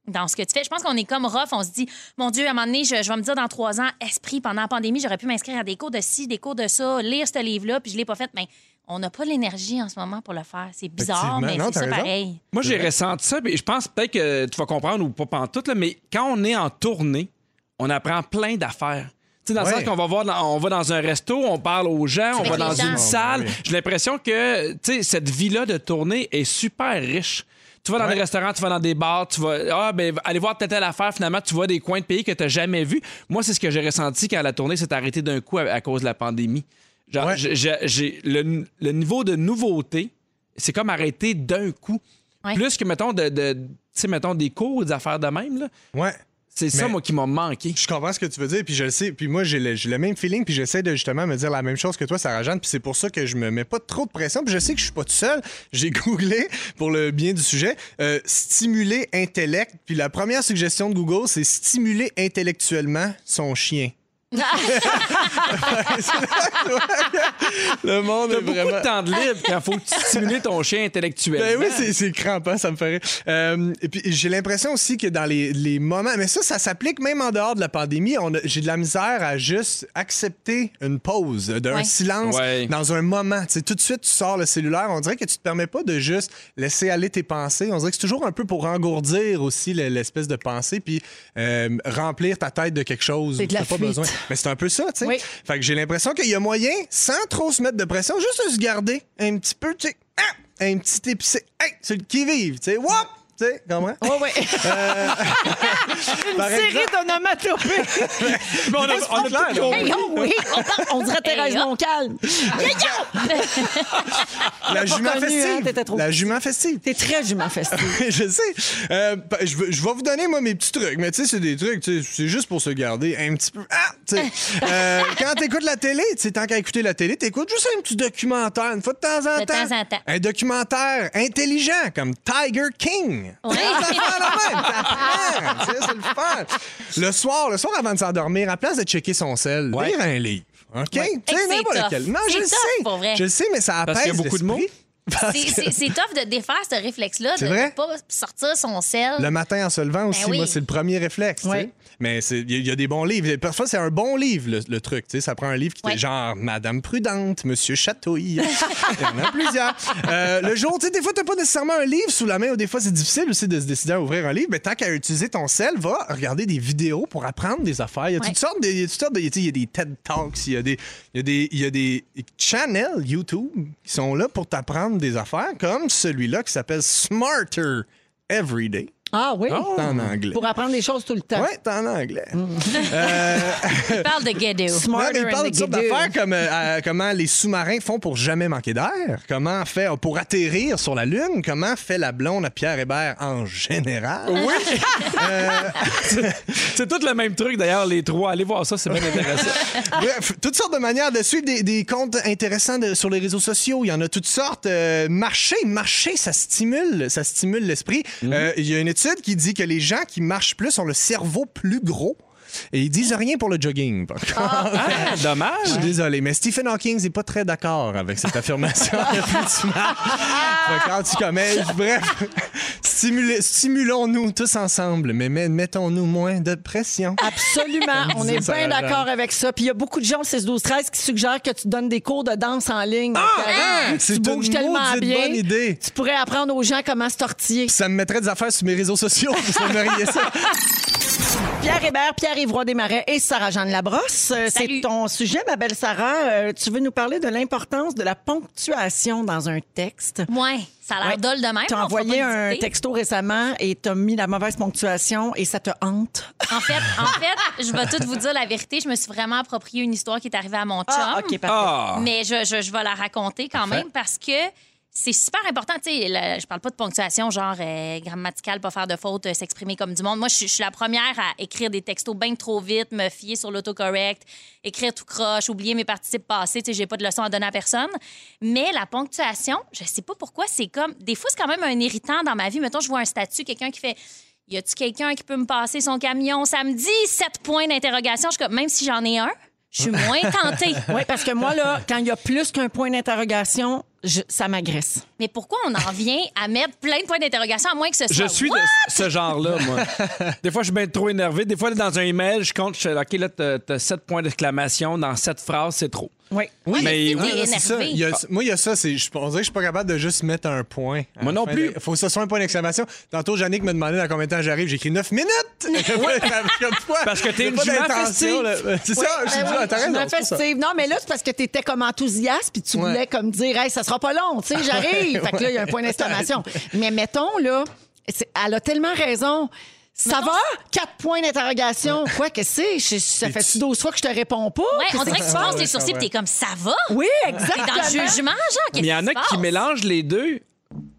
C: dans ce que tu fais. Je pense qu'on est comme rough, on se dit, mon Dieu, à un moment donné, je, je vais me dire dans trois ans, esprit, pendant la pandémie, j'aurais pu m'inscrire à des cours de ci, des cours de ça, lire ce livre-là, puis je l'ai pas fait. Mais on n'a pas l'énergie en ce moment pour le faire. C'est bizarre,
A: Effectivement.
C: mais
A: Non, t'as
C: c'est ça
A: raison.
C: pareil.
D: Moi, j'ai ressenti ça, mais je pense peut-être que tu vas comprendre ou pas pantoute, là, mais quand on est en tournée, on apprend plein d'affaires. Tu sais, dans le
A: Ouais.
D: sens qu'on va voir, dans- on va dans un resto, on parle aux gens, on
C: avec
D: va
C: les
D: dans
C: gens.
D: une
A: Ah
D: salle. J'ai l'impression que, tu sais, cette vie-là de tournée est super riche. Tu vas dans
A: Ouais.
D: des restaurants, tu vas dans des bars, tu vas ah ben aller voir telle telle affaire. Finalement, tu vois des coins de pays que tu n'as jamais vus. Moi, c'est ce que j'ai ressenti quand la tournée s'est arrêtée d'un coup à, à cause de la pandémie. Genre,
A: Ouais.
D: j'ai- j'ai- j'ai- le, le niveau de nouveauté, c'est comme arrêté d'un coup.
C: Ouais.
D: Plus que, mettons, de, de- tu sais, mettons, des cours, des affaires de même, là.
A: Ouais.
D: C'est ça,
A: Mais-
D: moi, qui m'a manqué.
A: Je comprends ce que tu veux dire, puis je le sais. Puis moi, j'ai le, j'ai le même feeling, puis j'essaie de justement me dire la même chose que toi, Sarah Jeanne. Puis c'est pour ça que je me mets pas trop de pression. Puis je sais que je suis pas tout seul. J'ai *laughs* googlé pour le bien du sujet euh, stimuler intellect. Puis la première suggestion de Google, c'est stimuler intellectuellement son chien. le monde
D: T'as
A: est
D: beaucoup
A: vraiment.
D: de temps de libre quand faut *laughs* que tu stimules ton chien intellectuel.
A: Ben oui, c'est- c'est crampant, ça me ferait. Euh, et puis j'ai l'impression aussi que dans les, les moments, mais ça, ça s'applique même en dehors de la pandémie. On a- J'ai de la misère à juste accepter une pause, d'un
C: Ouais.
A: silence
D: Ouais.
A: dans un moment. Tu sais, tout de suite, tu sors le cellulaire. On dirait que tu te permets pas de juste laisser aller tes pensées. On dirait que c'est toujours un peu pour engourdir aussi le- l'espèce de pensée, puis euh, remplir ta tête de quelque chose.
B: C'est de la
A: T'as pas
B: fuite.
A: besoin. Mais c'est un peu ça, tu sais.
B: Oui.
A: Fait que j'ai l'impression qu'il y a moyen, sans trop se mettre de pression, juste de se garder un petit peu, tu sais, ah, un petit épicé, hey, c'est le qui-vive, tu sais, wop, tu sais, comment?
B: *laughs* Oui,
A: *laughs*
B: oui. Une
A: Par
B: série
A: exemple-
B: d'onomatopées.
D: Bon, on a, on a tout compris.
B: Hey, oh, oui, on, parle- *laughs* on dirait Thérèse
C: Hey, hop.
B: Montcalm.
A: *laughs* La jument
B: reconnu, hein,
A: festive.
B: t'étais trop
A: La jument festive.
B: T'es très jument festif.
A: *laughs* je sais. Euh, pa- je, veux- je vais vous donner, moi, mes petits trucs. Mais tu sais, c'est des trucs, tu sais, c'est juste pour se garder un petit peu. Ah, tu
C: *laughs*
A: sais. Euh, quand t'écoutes la télé, tu sais, tant qu'à écouter la télé, t'écoutes juste un petit documentaire, une fois de temps en
C: De
A: temps.
C: temps en temps.
A: Un documentaire intelligent, comme Tiger King.
C: Ouais.
A: Des affaires de même, t'apprends, tu sais, c'est le fun. Le soir, le soir avant de s'endormir, à place de checker son sel,
D: Ouais.
A: lire un livre. OK? Tu sais,
C: Hey, c'est
A: n'importe
C: tough.
A: lequel. Non,
C: C'est
A: je le
C: tough,
A: sais.
C: pour vrai.
A: Je le sais, mais ça apaise
D: Parce qu'il y a beaucoup de
A: l'esprit.
D: mots.
A: *laughs* Parce
C: C'est-
A: que-
C: C'est c'est tough de défaire ce réflexe-là, de
A: C'est
C: ne
A: vrai?
C: pas sortir son sel.
A: Le matin en se levant aussi,
C: Ben oui.
A: moi, c'est le premier réflexe. tu sais.
B: Ouais.
A: Mais c'est- il y, a- il y a des bons livres. Parfois, c'est un bon livre, le, le truc. tu sais. Ça prend un livre qui
C: Ouais.
A: est genre Madame Prudente, Monsieur Chatouille. *laughs* il y en a plusieurs. Euh, le jour, tu sais, des fois, tu pas nécessairement un livre sous la main ou des fois, c'est difficile aussi de se décider à ouvrir un livre. Mais tant qu'à utiliser ton sel, va regarder des vidéos pour apprendre des affaires. Il y a
C: Ouais.
A: toutes sortes de. Il y a toutes sortes de- tu sais, il y a des TED Talks, il y a des, il y a des, il y a des channels YouTube qui sont là pour t'apprendre des affaires, comme celui-là qui s'appelle Smarter Everyday.
B: Ah oui?
A: T'es en anglais.
B: Pour apprendre des choses tout le temps.
A: Ouais, t'es en anglais.
C: Tu parles de Guédéo.
A: Non, mais
B: Smarter
A: il parle
B: and
A: de sortes
B: the
A: d'affaires comme euh, euh, comment les sous-marins font pour jamais manquer d'air, comment faire pour atterrir sur la Lune, comment fait la blonde à Pierre Hébert en général.
B: Oh.
D: Oui. c'est tout le même truc, d'ailleurs, les trois. Allez voir ça, c'est bien intéressant.
A: *laughs* Bref, toutes sortes de manières de suivre des, des comptes intéressants de- sur les réseaux sociaux. Il y en a toutes sortes. Euh, marcher, marcher, ça stimule, ça stimule l'esprit. Euh, Il y a une étude qui dit que les gens qui marchent plus ont le cerveau plus gros. Et ils
B: Oh.
A: disent rien pour le jogging. par contre.
D: Ah, dommage.
A: Je suis désolé, mais Stephen Hawking n'est pas très d'accord avec cette affirmation. Plus tu marches, fait quand tu commets, bref, stimulez- stimulons-nous tous ensemble, mais met- mettons-nous moins de pression.
B: Absolument. On
A: disait
B: est
A: Sarah
B: bien
A: Jeanne.
B: d'accord avec ça. Puis il y a beaucoup de gens au 6, 12, 13 qui suggèrent que tu donnes des cours de danse en ligne.
A: ah,
B: Vu que
A: c'est
B: tu bouges
A: une
B: tellement
A: maudite
B: bien.
A: bonne idée.
B: Tu pourrais apprendre aux gens comment se tortiller.
A: Ça me mettrait des affaires sur mes réseaux sociaux, ça me riait ça.
B: Pierre Hébert, Pierre Évroy Desmarais et Sarah-Jeanne Labrosse. Euh, C'est
C: Salut.
B: ton sujet, ma belle Sarah. Euh, tu veux nous parler de l'importance de la ponctuation dans un texte.
C: Ouais, ça a l'air
B: Ouais.
C: dole de même.
B: T'as
C: on fera
B: envoyé
C: pas de
B: un
C: dictée.
B: texto récemment et t'as mis la mauvaise ponctuation et ça te hante.
C: En fait, en fait, je vais tout vous dire la vérité. Je me suis vraiment approprié une histoire qui est arrivée à mon chum.
B: Ah, OK, parfait.
D: Ah.
C: Mais je, je, je vais la raconter quand même parce que c'est super important. Tu sais, la- je parle pas de ponctuation, genre euh, grammaticale, pas faire de fautes, euh, s'exprimer comme du monde. Moi, je, suis- je suis la première à écrire des textos bien trop vite, me fier sur l'autocorrect, écrire tout croche, oublier mes participes passés. Tu sais, j'ai pas de leçon à donner à personne. Mais la ponctuation, je sais pas pourquoi, c'est comme. Des fois, c'est quand même un irritant dans ma vie. Mettons, je vois un statut, quelqu'un qui fait. Y a-tu quelqu'un qui peut me passer son camion samedi? Sept points d'interrogation. Je suis comme, même si j'en ai un, je suis moins tentée.
A: Ah.
B: Oui, parce que moi, là, quand il y a plus qu'un point d'interrogation, je- ça m'agresse.
C: Mais pourquoi on en vient à mettre plein de points d'interrogation, à moins que ce soit.
D: Je suis de
C: What?
D: ce genre-là, moi. Des fois, je suis bien trop énervé. Des fois, dans un email, je compte, je fais, OK, là, t'as- t'as sept points d'exclamation dans sept phrases, c'est trop.
B: Oui.
D: mais
C: Ouais, si t'es
D: oui,
A: Ah, c'est ça.
C: énervé.
A: Il y a- moi, il y a ça. c'est- je- on dirait que je suis pas capable de juste mettre un point. à
D: Moi
A: la
D: non
A: fin
D: plus.
A: de- faut que ce soit un point d'exclamation. Tantôt, Yannick me demandait dans combien de temps j'arrive. J'ai écrit 9 minutes. *laughs* Comme toi.
D: Parce que
A: Il y
D: t'es
A: a
D: une
A: pas
D: jument
A: d'intention,
D: festive.
A: là. C'est ça. Je suis dit, ah, t'as raison,
B: Je me
A: c'est pour ça.
B: festive. Non, mais là, c'est parce que tu étais comme enthousiaste puis tu voulais
A: Ouais. Ah,
B: comme dire, hey, ça sera pas long, tu sais, j'arrive. fait que là, il y a un point d'exclamation. mais mettons, là, c'est- elle a tellement raison. Ça va? Quatre points d'interrogation. Quoi, qu'est-ce que c'est? Je- Ça
A: Et
B: fait
A: tu-
B: 12 fois que je te réponds pas?
C: Ouais, on
B: Qu'est-ce
C: dirait que tu
B: que-
C: penses
A: ouais,
C: tes
A: je
C: sourcils,
A: comprends.
C: t'es comme ça va?
B: Oui,
C: T'es dans
B: exactement.
C: le jugement, genre,
D: Mais
C: qu'est-ce
D: il y en a
C: qui se
D: qui
C: passe?
D: mélangent les deux.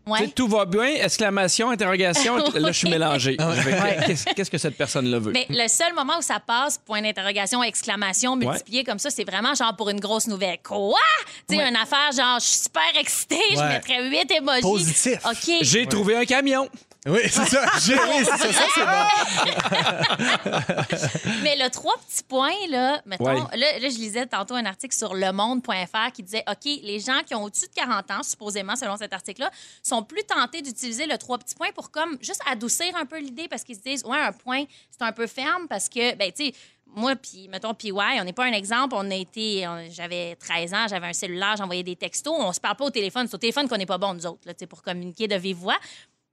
C: Ouais.
D: Tu sais, tout va bien, exclamation, interrogation. Là, je suis mélangé. Je fais, Qu'est-ce qu'est-ce que cette personne-là veut?
C: Mais le seul moment où ça passe, point d'interrogation, exclamation, multiplié comme ça, c'est vraiment genre pour une grosse nouvelle. Quoi? Tu sais, une affaire genre, je suis super excitée, je
A: Ouais.
C: mettrais 8 émojis.
A: Positif.
C: OK.
D: J'ai trouvé un camion.
A: Oui, c'est
B: *laughs*
A: ça. J'ai- oui, c'est ça. Ça, c'est bon.
C: Mais le trois petits points, là, mettons,
D: Ouais.
C: là, là, je lisais tantôt un article sur lemonde.fr qui disait OK, les gens qui ont au-dessus de 40 ans, supposément, selon cet article-là, sont plus tentés d'utiliser le trois petits points pour comme juste adoucir un peu l'idée parce qu'ils se disent Ouais, un point, c'est un peu ferme parce que, ben, tu sais, moi, puis, mettons, PY, on n'est pas un exemple. On a été, on- j'avais 13 ans, j'avais un cellulaire, j'envoyais des textos. On se parle pas au téléphone. C'est au téléphone qu'on n'est pas bon, nous autres, là, tu sais, pour communiquer de vive voix.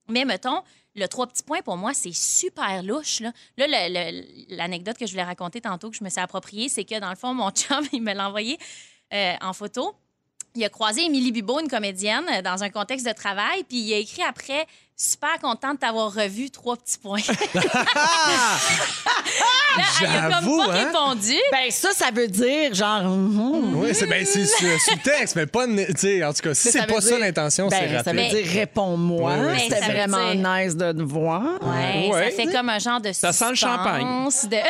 C: Mais mettons, le trois petits points, pour moi, c'est super louche. Là, Là, le- le- l'anecdote que je voulais raconter tantôt, que je me suis appropriée, c'est que dans le fond, mon *laughs* chum, il me l'a envoyé euh, en photo. Il a croisé Émilie Bibo, une comédienne, euh, dans un contexte de travail, puis il a écrit après Super content de t'avoir revu, trois petits points. *laughs*
A: *laughs*
C: Là, elle a comme
A: J'avoue,
C: pas
A: hein?
C: répondu.
B: Ben, ça, ça veut dire, genre, mhm.
A: Oui, c'est ben, c'est su- sous-texte, mais pas. né- tu sais, En tout cas, si
B: Ça
A: c'est
B: veut
A: pas ça
B: dire-
A: l'intention,
B: ben,
A: c'est
B: Ça
A: raté.
B: veut
C: Mais-
B: dire réponds-moi.
A: Oui, oui.
B: C'était
C: Mais Ben, ça veut
B: vraiment
C: dire-
B: nice de te voir.
C: Ouais,
D: Ouais.
C: Ça fait comme un genre de
D: Ça sent le
C: suspense
D: champagne.
C: de-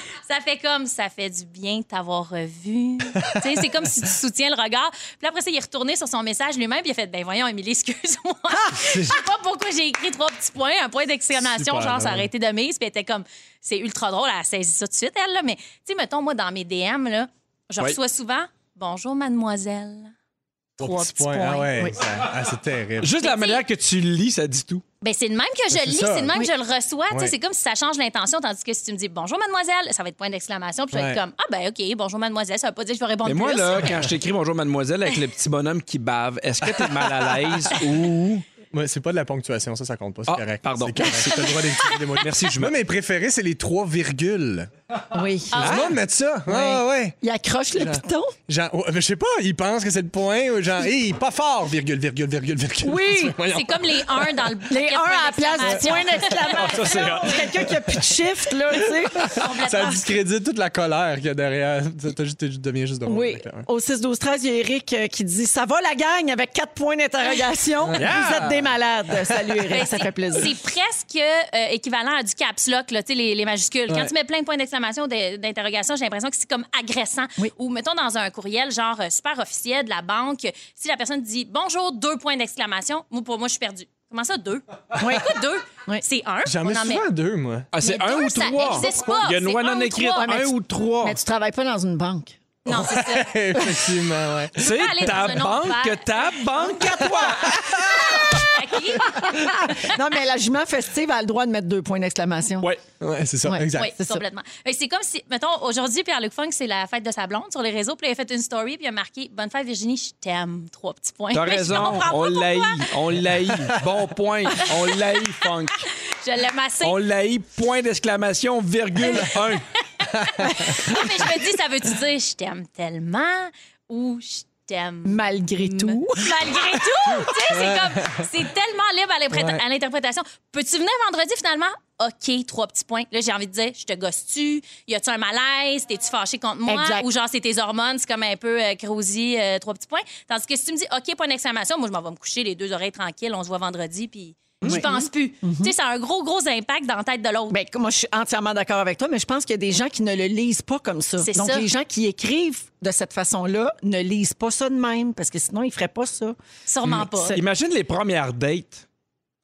C: *laughs* ça fait comme ça fait du bien de t'avoir revu. Tu sais, c'est comme si tu soutiens le regard. Puis après ça, il est retourné sur son message lui-même puis il a fait ben voyons Émilie, excuse-moi.
D: Ah,
C: Je sais pas pourquoi j'ai écrit trois petits points, un point d'exclamation,
D: Super hein.
C: genre ça
D: drôle.
C: aurait été de mise, puis elle était comme c'est ultra drôle, elle a saisi ça tout de suite elle là, mais tu sais mettons moi dans mes DM là, je
D: Oui.
C: reçois souvent bonjour mademoiselle.
A: Trois petits points. Ah ouais, ça- ah, c'est terrible.
D: Juste la
C: Mais tu sais-
D: manière que tu le lis, ça dit tout.
C: Ben, c'est le même que je
A: C'est
C: lis,
A: ça.
C: c'est le même que je le reçois. Tu sais,
A: Ouais.
C: C'est comme si ça change l'intention, tandis que si tu me dis bonjour mademoiselle, ça va être point d'exclamation, puis je vais être
A: Ouais.
C: comme ah ben ok, bonjour mademoiselle, ça veut pas dire que je vais répondre
D: Mais moi,
C: plus.
D: là, quand je t'écris Bonjour mademoiselle avec le petit bonhomme qui bave, est-ce que t'es mal à l'aise ou.
A: Ouais, c'est pas de la ponctuation, ça, ça compte pas, c'est
D: Ah,
A: correct.
D: pardon.
A: *laughs* C'est correct. T'as le droit d'utiliser des mots.
D: Merci, je me.
A: Moi, mes préférés, c'est les trois virgules.
B: Oui.
C: Ah.
A: Tout le monde met ça. Ouais, ouais, ouais.
B: Il accroche le piton.
A: Genre, ouais, mais je sais pas, ils pensent que c'est le point. ou *laughs* Genre, hey, pas fort, virgule, virgule, virgule, virgule.
B: Oui.
A: Voyons.
C: C'est comme les 1 dans le
B: Les 1 à la place du point
D: Ça, c'est
B: d'exclamation.
D: hot.
B: Quelqu'un qui a plus de shift, là, tu
A: *laughs*
B: sais. *laughs*
A: Ça discrédite toute la colère qu'il y a derrière. Tu- Tu tu deviens juste drôle.
B: Oui.
A: avec le un.
B: Au 6-12-13, il y a Eric euh, qui dit Ça va la gang avec quatre points *laughs* d'interrogation. Vous êtes des malades. Salut, Eric. Ça fait plaisir.
C: C'est presque euh, équivalent à du caps lock, là, tu sais, les, les majuscules. Quand
A: Ouais.
C: tu mets plein de points d'exclamation ou de- d'interrogation, j'ai l'impression que c'est comme agressant.
B: Oui.
C: Ou mettons dans un courriel genre euh, super officiel de la banque, si la personne dit bonjour deux points d'exclamation, moi pour moi je suis perdue. Comment ça deux
B: Oui.
C: Pourquoi deux
B: Oui.
C: C'est un.
A: J'en
C: on
A: mets
C: en met-
A: souvent deux, *laughs* moi.
D: Ah, c'est
C: Mais
D: un
C: deux,
D: ou
C: ça
D: trois.
C: existe pas.
D: Il y a une
C: C'est
D: loi
C: un
D: non
C: ou
D: écrite,
C: trois.
D: un ou trois.
B: Mais tu travailles pas dans une banque.
C: Non, c'est ça.
A: Effectivement, ouais.
D: C'est
C: aller dans
D: ta
C: un autre
D: banque,
C: affaire.
D: ta banque à
C: *laughs*
D: toi. *laughs*
C: À qui?
B: Non, mais la jument festive a le droit de mettre deux points d'exclamation.
D: Ouais.
A: Ouais, c'est ça,
B: Ouais.
A: exact.
C: Oui,
B: c'est ça.
C: complètement. Fait que C'est comme si, mettons, aujourd'hui, Pierre-Luc Funk, c'est la fête de sa blonde sur les réseaux. Puis il a fait une story, puis il a marqué Bonne fête, Virginie, je t'aime. Trois petits points.
D: T'as
C: Mais je
D: raison,
C: comprends pas
D: on
C: pourquoi.
D: l'aïe, on l'aïe. Bon point, on l'aïe,
C: *laughs*
D: funk.
C: Je l'aime assez.
D: On l'aïe, point d'exclamation, virgule, un.
C: Ah, mais je me dis, ça veut-tu dire je t'aime tellement ou je t'aime
B: Malgré tout.
C: Malgré tout, tu sais, c'est comme, c'est tellement libre à l'interprét- à l'interprétation. Peux-tu venir vendredi finalement? OK, trois petits points. Là, j'ai envie de dire, je te gosses-tu? Y a-tu un malaise? T'es-tu fâché contre moi?
B: Exact.
C: Ou genre, c'est tes hormones, c'est comme un peu euh, Crozy, euh, trois petits points. Tandis que si tu me dis, OK, point d'exclamation, moi, je m'en vais me coucher, les deux oreilles tranquilles, on se voit vendredi, puis je pense plus.
B: Mhm.
C: Tu sais, ça a un gros, gros impact dans la tête de l'autre.
B: Ben, moi, je suis entièrement d'accord avec toi, mais je pense qu'il y a des gens qui ne le lisent pas comme ça.
C: C'est
B: Donc,
C: ça.
B: les gens qui écrivent de cette façon-là ne lisent pas ça de même, parce que sinon, ils ne feraient pas ça.
C: Sûrement pas.
B: c'est-
D: Imagine les premières dates.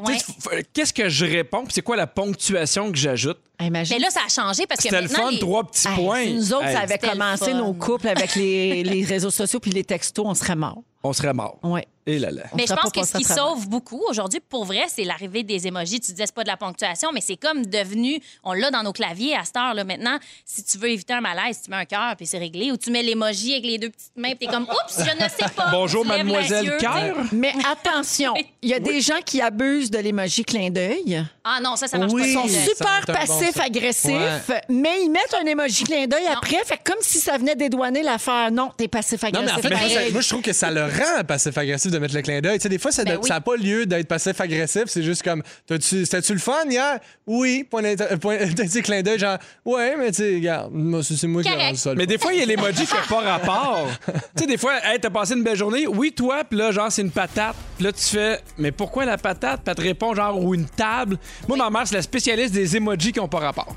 D: Tu
C: Ouais.
D: sais, f- f- Qu'est-ce que je réponds? puis C'est quoi la ponctuation que j'ajoute?
C: Mais
B: Imagine.
C: là, ça a changé parce que
D: C'était le
C: maintenant...
D: fun,
C: les-
D: trois petits
B: Hey,
D: points.
B: si nous autres,
D: Hey,
B: ça avait
C: c'était le
B: commencé
C: fun.
B: nos couples
F: *laughs*
B: avec les, les réseaux sociaux puis les textos, on serait morts.
D: On serait mort.
B: Ouais.
D: Et là là.
B: On
C: Mais je
B: serait
C: pense
B: pas
C: que ce
B: passé à
C: qui
B: travers.
C: sauve beaucoup aujourd'hui, pour vrai, c'est l'arrivée des emojis. Tu disais, c'est pas de la ponctuation, mais c'est comme devenu, on l'a dans nos claviers à cette heure-là. Maintenant, si tu veux éviter un malaise, tu mets un cœur, puis c'est réglé. Ou tu mets l'emoji avec les deux petites mains, puis t'es comme, oups, je ne sais pas.
D: Bonjour,
C: Tu lèves les
D: mademoiselle
C: yeux.
D: Cœur.
B: Mais
C: *laughs*
B: attention, il y a des gens qui abusent de l'émoji clin d'œil.
C: Ah non, ça, ça marche
A: Oui.
C: pas.
A: Ils
B: sont
A: ça,
B: super
A: c'est un bon
B: passifs-agressifs,
A: ça.
B: mais ils mettent un émoji clin d'œil
C: Non.
B: après. Fait que comme si ça venait dédouaner l'affaire. Non, t'es
A: Non, mais en
B: passif-agressif.
A: fait, moi,
B: pareil.
A: ça- moi, je trouve que ça le rend passif-agressif de mettre le clin d'œil. Tu sais, des fois, ça
C: Ben
A: n'a
C: oui.
A: pas lieu d'être passif-agressif. C'est juste comme, t'as-tu- c'était-tu le fun hier? Oui. Point d'inter- euh, point- *laughs* tu sais, clin d'œil, genre, ouais, mais tu sais, regarde, moi, c'est c'est moi qui ai
C: Correct.
A: rendu ça. le
D: Mais des fois, il y a l'emoji qui n'a pas rapport. tu sais, des fois, hey, t'as passé une belle journée. Oui, toi, puis là, genre, c'est une patate. Puis là, tu fais, mais pourquoi la patate? Puis elle te répond, genre, ou une table. Moi, ma mère, c'est la spécialiste des emojis qui n'ont pas rapport.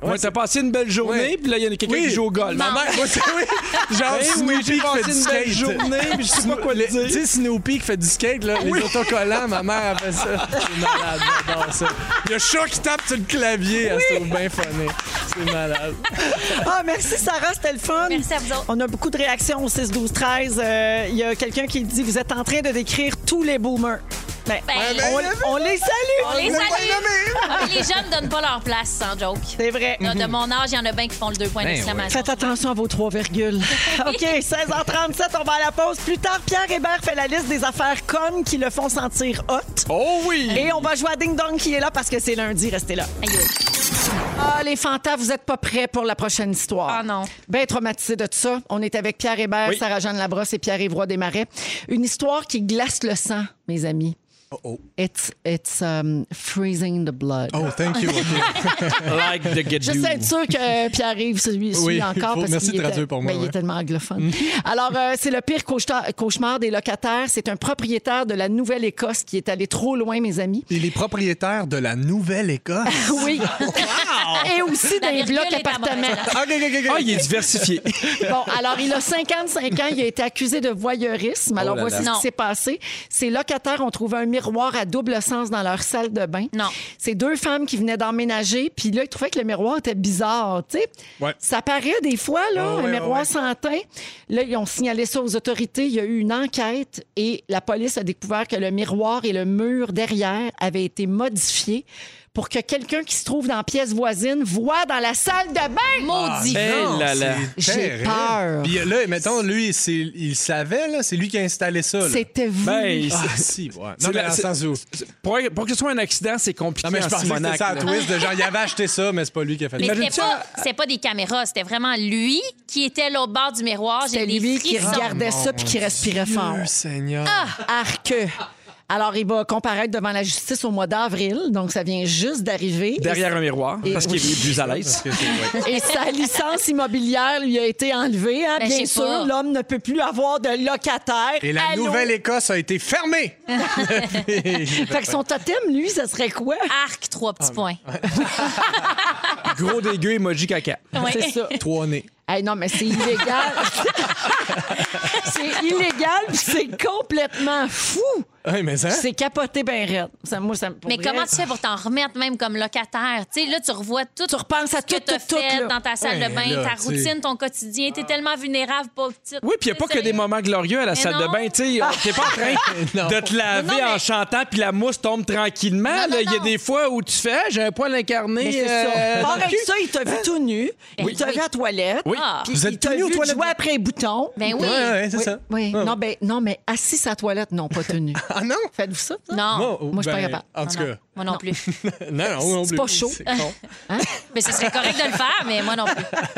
D: Ouais, t'as passé une belle journée,
A: Ouais.
D: puis là, il y a quelqu'un
A: Oui.
D: qui joue au golf.
A: Ma mère, moi, c'est oui. Genre,
D: Hey, oui,
A: Snoopy
D: j'ai
A: qui fait
D: passé
A: du
D: une belle
A: skate.
D: journée, puis je sais pas quoi
A: Les-
D: te dire.
A: Tu sais, Snoopy qui fait du skate, là, les autocollants, ma mère a fait ça. *laughs* C'est malade, j'adore ça. Il y a chat qui tape sur le clavier, elle se trouve bien funny. C'est malade.
F: Ah, merci Sarah, c'était le fun.
C: Merci à vous autres.
F: On a beaucoup de réactions au 6 12 13. Euh, Il y a quelqu'un qui dit vous êtes en train de décrire tous les boomers. Ben,
C: Ben,
F: on, on les salue.
C: on les
A: l'a
C: salue.
A: pas nommé.
C: Ah, mais les jeunes donnent pas leur place, sans joke.
F: C'est vrai.
C: Là, de mon âge, il y en a bien qui font le deux points
A: Ben
C: d'exclamation.
F: Faites attention à vos trois virgules. *laughs* OK, 16h37, on va à la pause. Plus tard, Pierre Hébert fait la liste des affaires connes qui le font sentir hot.
D: Oh oui! *laughs*
F: Et on va jouer à Ding Dong qui est là parce que c'est lundi, restez là.
C: Aïe, aïe.
B: Ah, les fantas, vous n'êtes pas prêts pour la prochaine histoire.
C: Ah non.
B: Bien traumatisé de tout ça. On est avec Pierre Hébert,
D: Oui.
B: Sarah-Jeanne Labrosse et Pierre Évroy Desmarais. Une histoire qui glace le sang, mes amis. It's, it's um, freezing the blood.
A: Oh, thank you.
D: Like the get
B: Je
D: you.
B: sais être sûr que euh, Pierre-Yves suit
A: Oui,
B: encore.
A: faut-
B: parce
A: merci
B: qu'il
A: de traduire pour moi,
B: ben, Il est
A: ouais. Mm.
B: tellement anglophone. Alors, euh, c'est le pire caucheta- cauchemar des locataires. C'est un propriétaire de la Nouvelle-Écosse qui est allé trop loin, mes amis.
A: Il est propriétaire de la Nouvelle-Écosse.
B: Oui. *laughs* Et aussi
C: La
B: d'un
C: virgule
B: bloc
C: est à
B: appartement.
C: mauvaise place.
A: OK, OK, OK.
D: Ah, il est diversifié. *laughs*
B: *laughs* Bon, alors, il a 55 ans. Il a été accusé de voyeurisme. Alors,
D: là
B: voici
C: Oh
B: ce
C: là. Non.
B: qui s'est passé. Ses locataires ont trouvé un miroir à double sens dans leur salle de bain.
C: Non.
B: C'est deux femmes qui venaient d'emménager. Puis là, ils trouvaient que le miroir était bizarre. Tu sais,
A: Ouais.
B: ça paraît des fois, là,
A: Ouais,
B: un
A: ouais,
B: miroir
A: ouais.
B: sans teint. Là, ils ont signalé ça aux autorités. Il y a eu une enquête et la police a découvert que le miroir et le mur derrière avaient été modifiés pour que quelqu'un qui se trouve dans la pièce voisine voit dans la salle de bain.
C: Maudit.
A: Ah,
B: Eh
A: ben
D: Hey là là.
B: J'ai
A: terrible.
B: peur.
A: Puis là, mettons, lui, c'est- il savait, là, c'est lui qui a installé ça. là.
B: C'était vous.
D: Ben,
A: Ah,
D: c'est-
A: si, ouais.
D: c'est
A: Non, mais
D: la-
A: dans le
D: c'est-
A: sens où.
D: pour, pour que ce soit un accident, c'est compliqué.
A: Non, mais je
D: en
A: pensais que c'était
D: Simonac,
A: ça,
D: là.
A: la twist de genre, il avait acheté ça, mais c'est pas lui qui a fait
C: Mais
A: ça.
C: c'était
D: Imagine-tu
C: pas, c'était pas des caméras, c'était vraiment lui qui était là au bord du miroir. Ah, J'ai
B: C'était
C: des
B: lui qui
C: frissons.
B: regardait ça puis qui respirait fort.
A: Dieu Seigneur.
B: Ah, Arc. Alors, il va comparaître devant la justice au mois d'avril, donc ça vient juste d'arriver.
D: Derrière un miroir,
B: Et-
D: parce qu'il est plus à l'aise.
A: Que c'est- ouais.
B: Et sa licence immobilière lui a été enlevée. hein.
C: Ben, je
B: Bien
C: sais
B: sûr,
C: pas.
B: l'homme ne peut plus avoir de locataire.
A: Et la
B: Allô?
A: Nouvelle-Écosse a été
B: *laughs*
A: fermée.
B: Fait que son totem, lui, ça serait quoi?
C: Arc, trois petits points.
D: Gros dégueu, emoji caca.
C: Ouais.
B: C'est ça.
A: Trois nez.
B: Hey, non, mais c'est
C: *laughs*
B: illégal. c'est illégal, puis c'est complètement fou.
A: Oui, mais ça.
B: C'est capoté ben raide. Ça, moi, ça me- pour
C: Mais
B: vrai,
C: comment tu fais pour t'en remettre même comme locataire? Tu sais, là, tu revois tout.
B: Tu repenses à
C: ce que
B: tout,
C: t'as
B: tout, tout,
C: fait
B: là.
C: dans ta salle
A: Ouais,
C: de bain,
A: là,
C: ta
A: tu sais.
C: routine, ton quotidien. T'es tellement vulnérable, pauvre petite.
D: Oui, puis il n'y a pas que des moments glorieux à la
C: Mais
D: salle de
C: non. Ah!
D: bain. Tu sais, t'es pas en
A: Non.
D: train de te laver
C: Non, mais-
D: en chantant, puis la mousse tombe tranquillement.
C: Non, non,
D: là. Il y a
C: non.
D: des fois où tu fais, Ah, j'ai un poil incarné.
B: Mais c'est ça.
D: euh,
B: Bon,
D: dans le
B: avec
D: cul.
B: ça, il t'a vu tout nu.
C: Oui.
B: Il t'a vu à la toilette.
D: Oui.
C: Ah.
B: Puis
A: Vous
B: il
A: êtes
B: t'a
A: tout nu aux
B: vu
A: toilettes?
B: jouer après un bouton.
C: Ben oui.
A: Ouais, ouais, c'est
B: Oui,
A: ça. Ah.
B: oui.
A: Ouais.
B: Non, ben, non, mais assis à la toilette, non, pas *laughs* tenu.
A: Ah non? *laughs*
B: Faites-vous ça? ça?
C: Non.
A: Moi, oh,
B: Moi, je suis pas
A: ben,
B: capable.
A: En tout
C: Non,
A: cas,
C: Moi non plus.
A: non, non, non
B: C'est
A: plus. Ah
B: pas chaud.
A: con.
C: mais ce serait correct de le faire, mais moi non plus.
B: *laughs*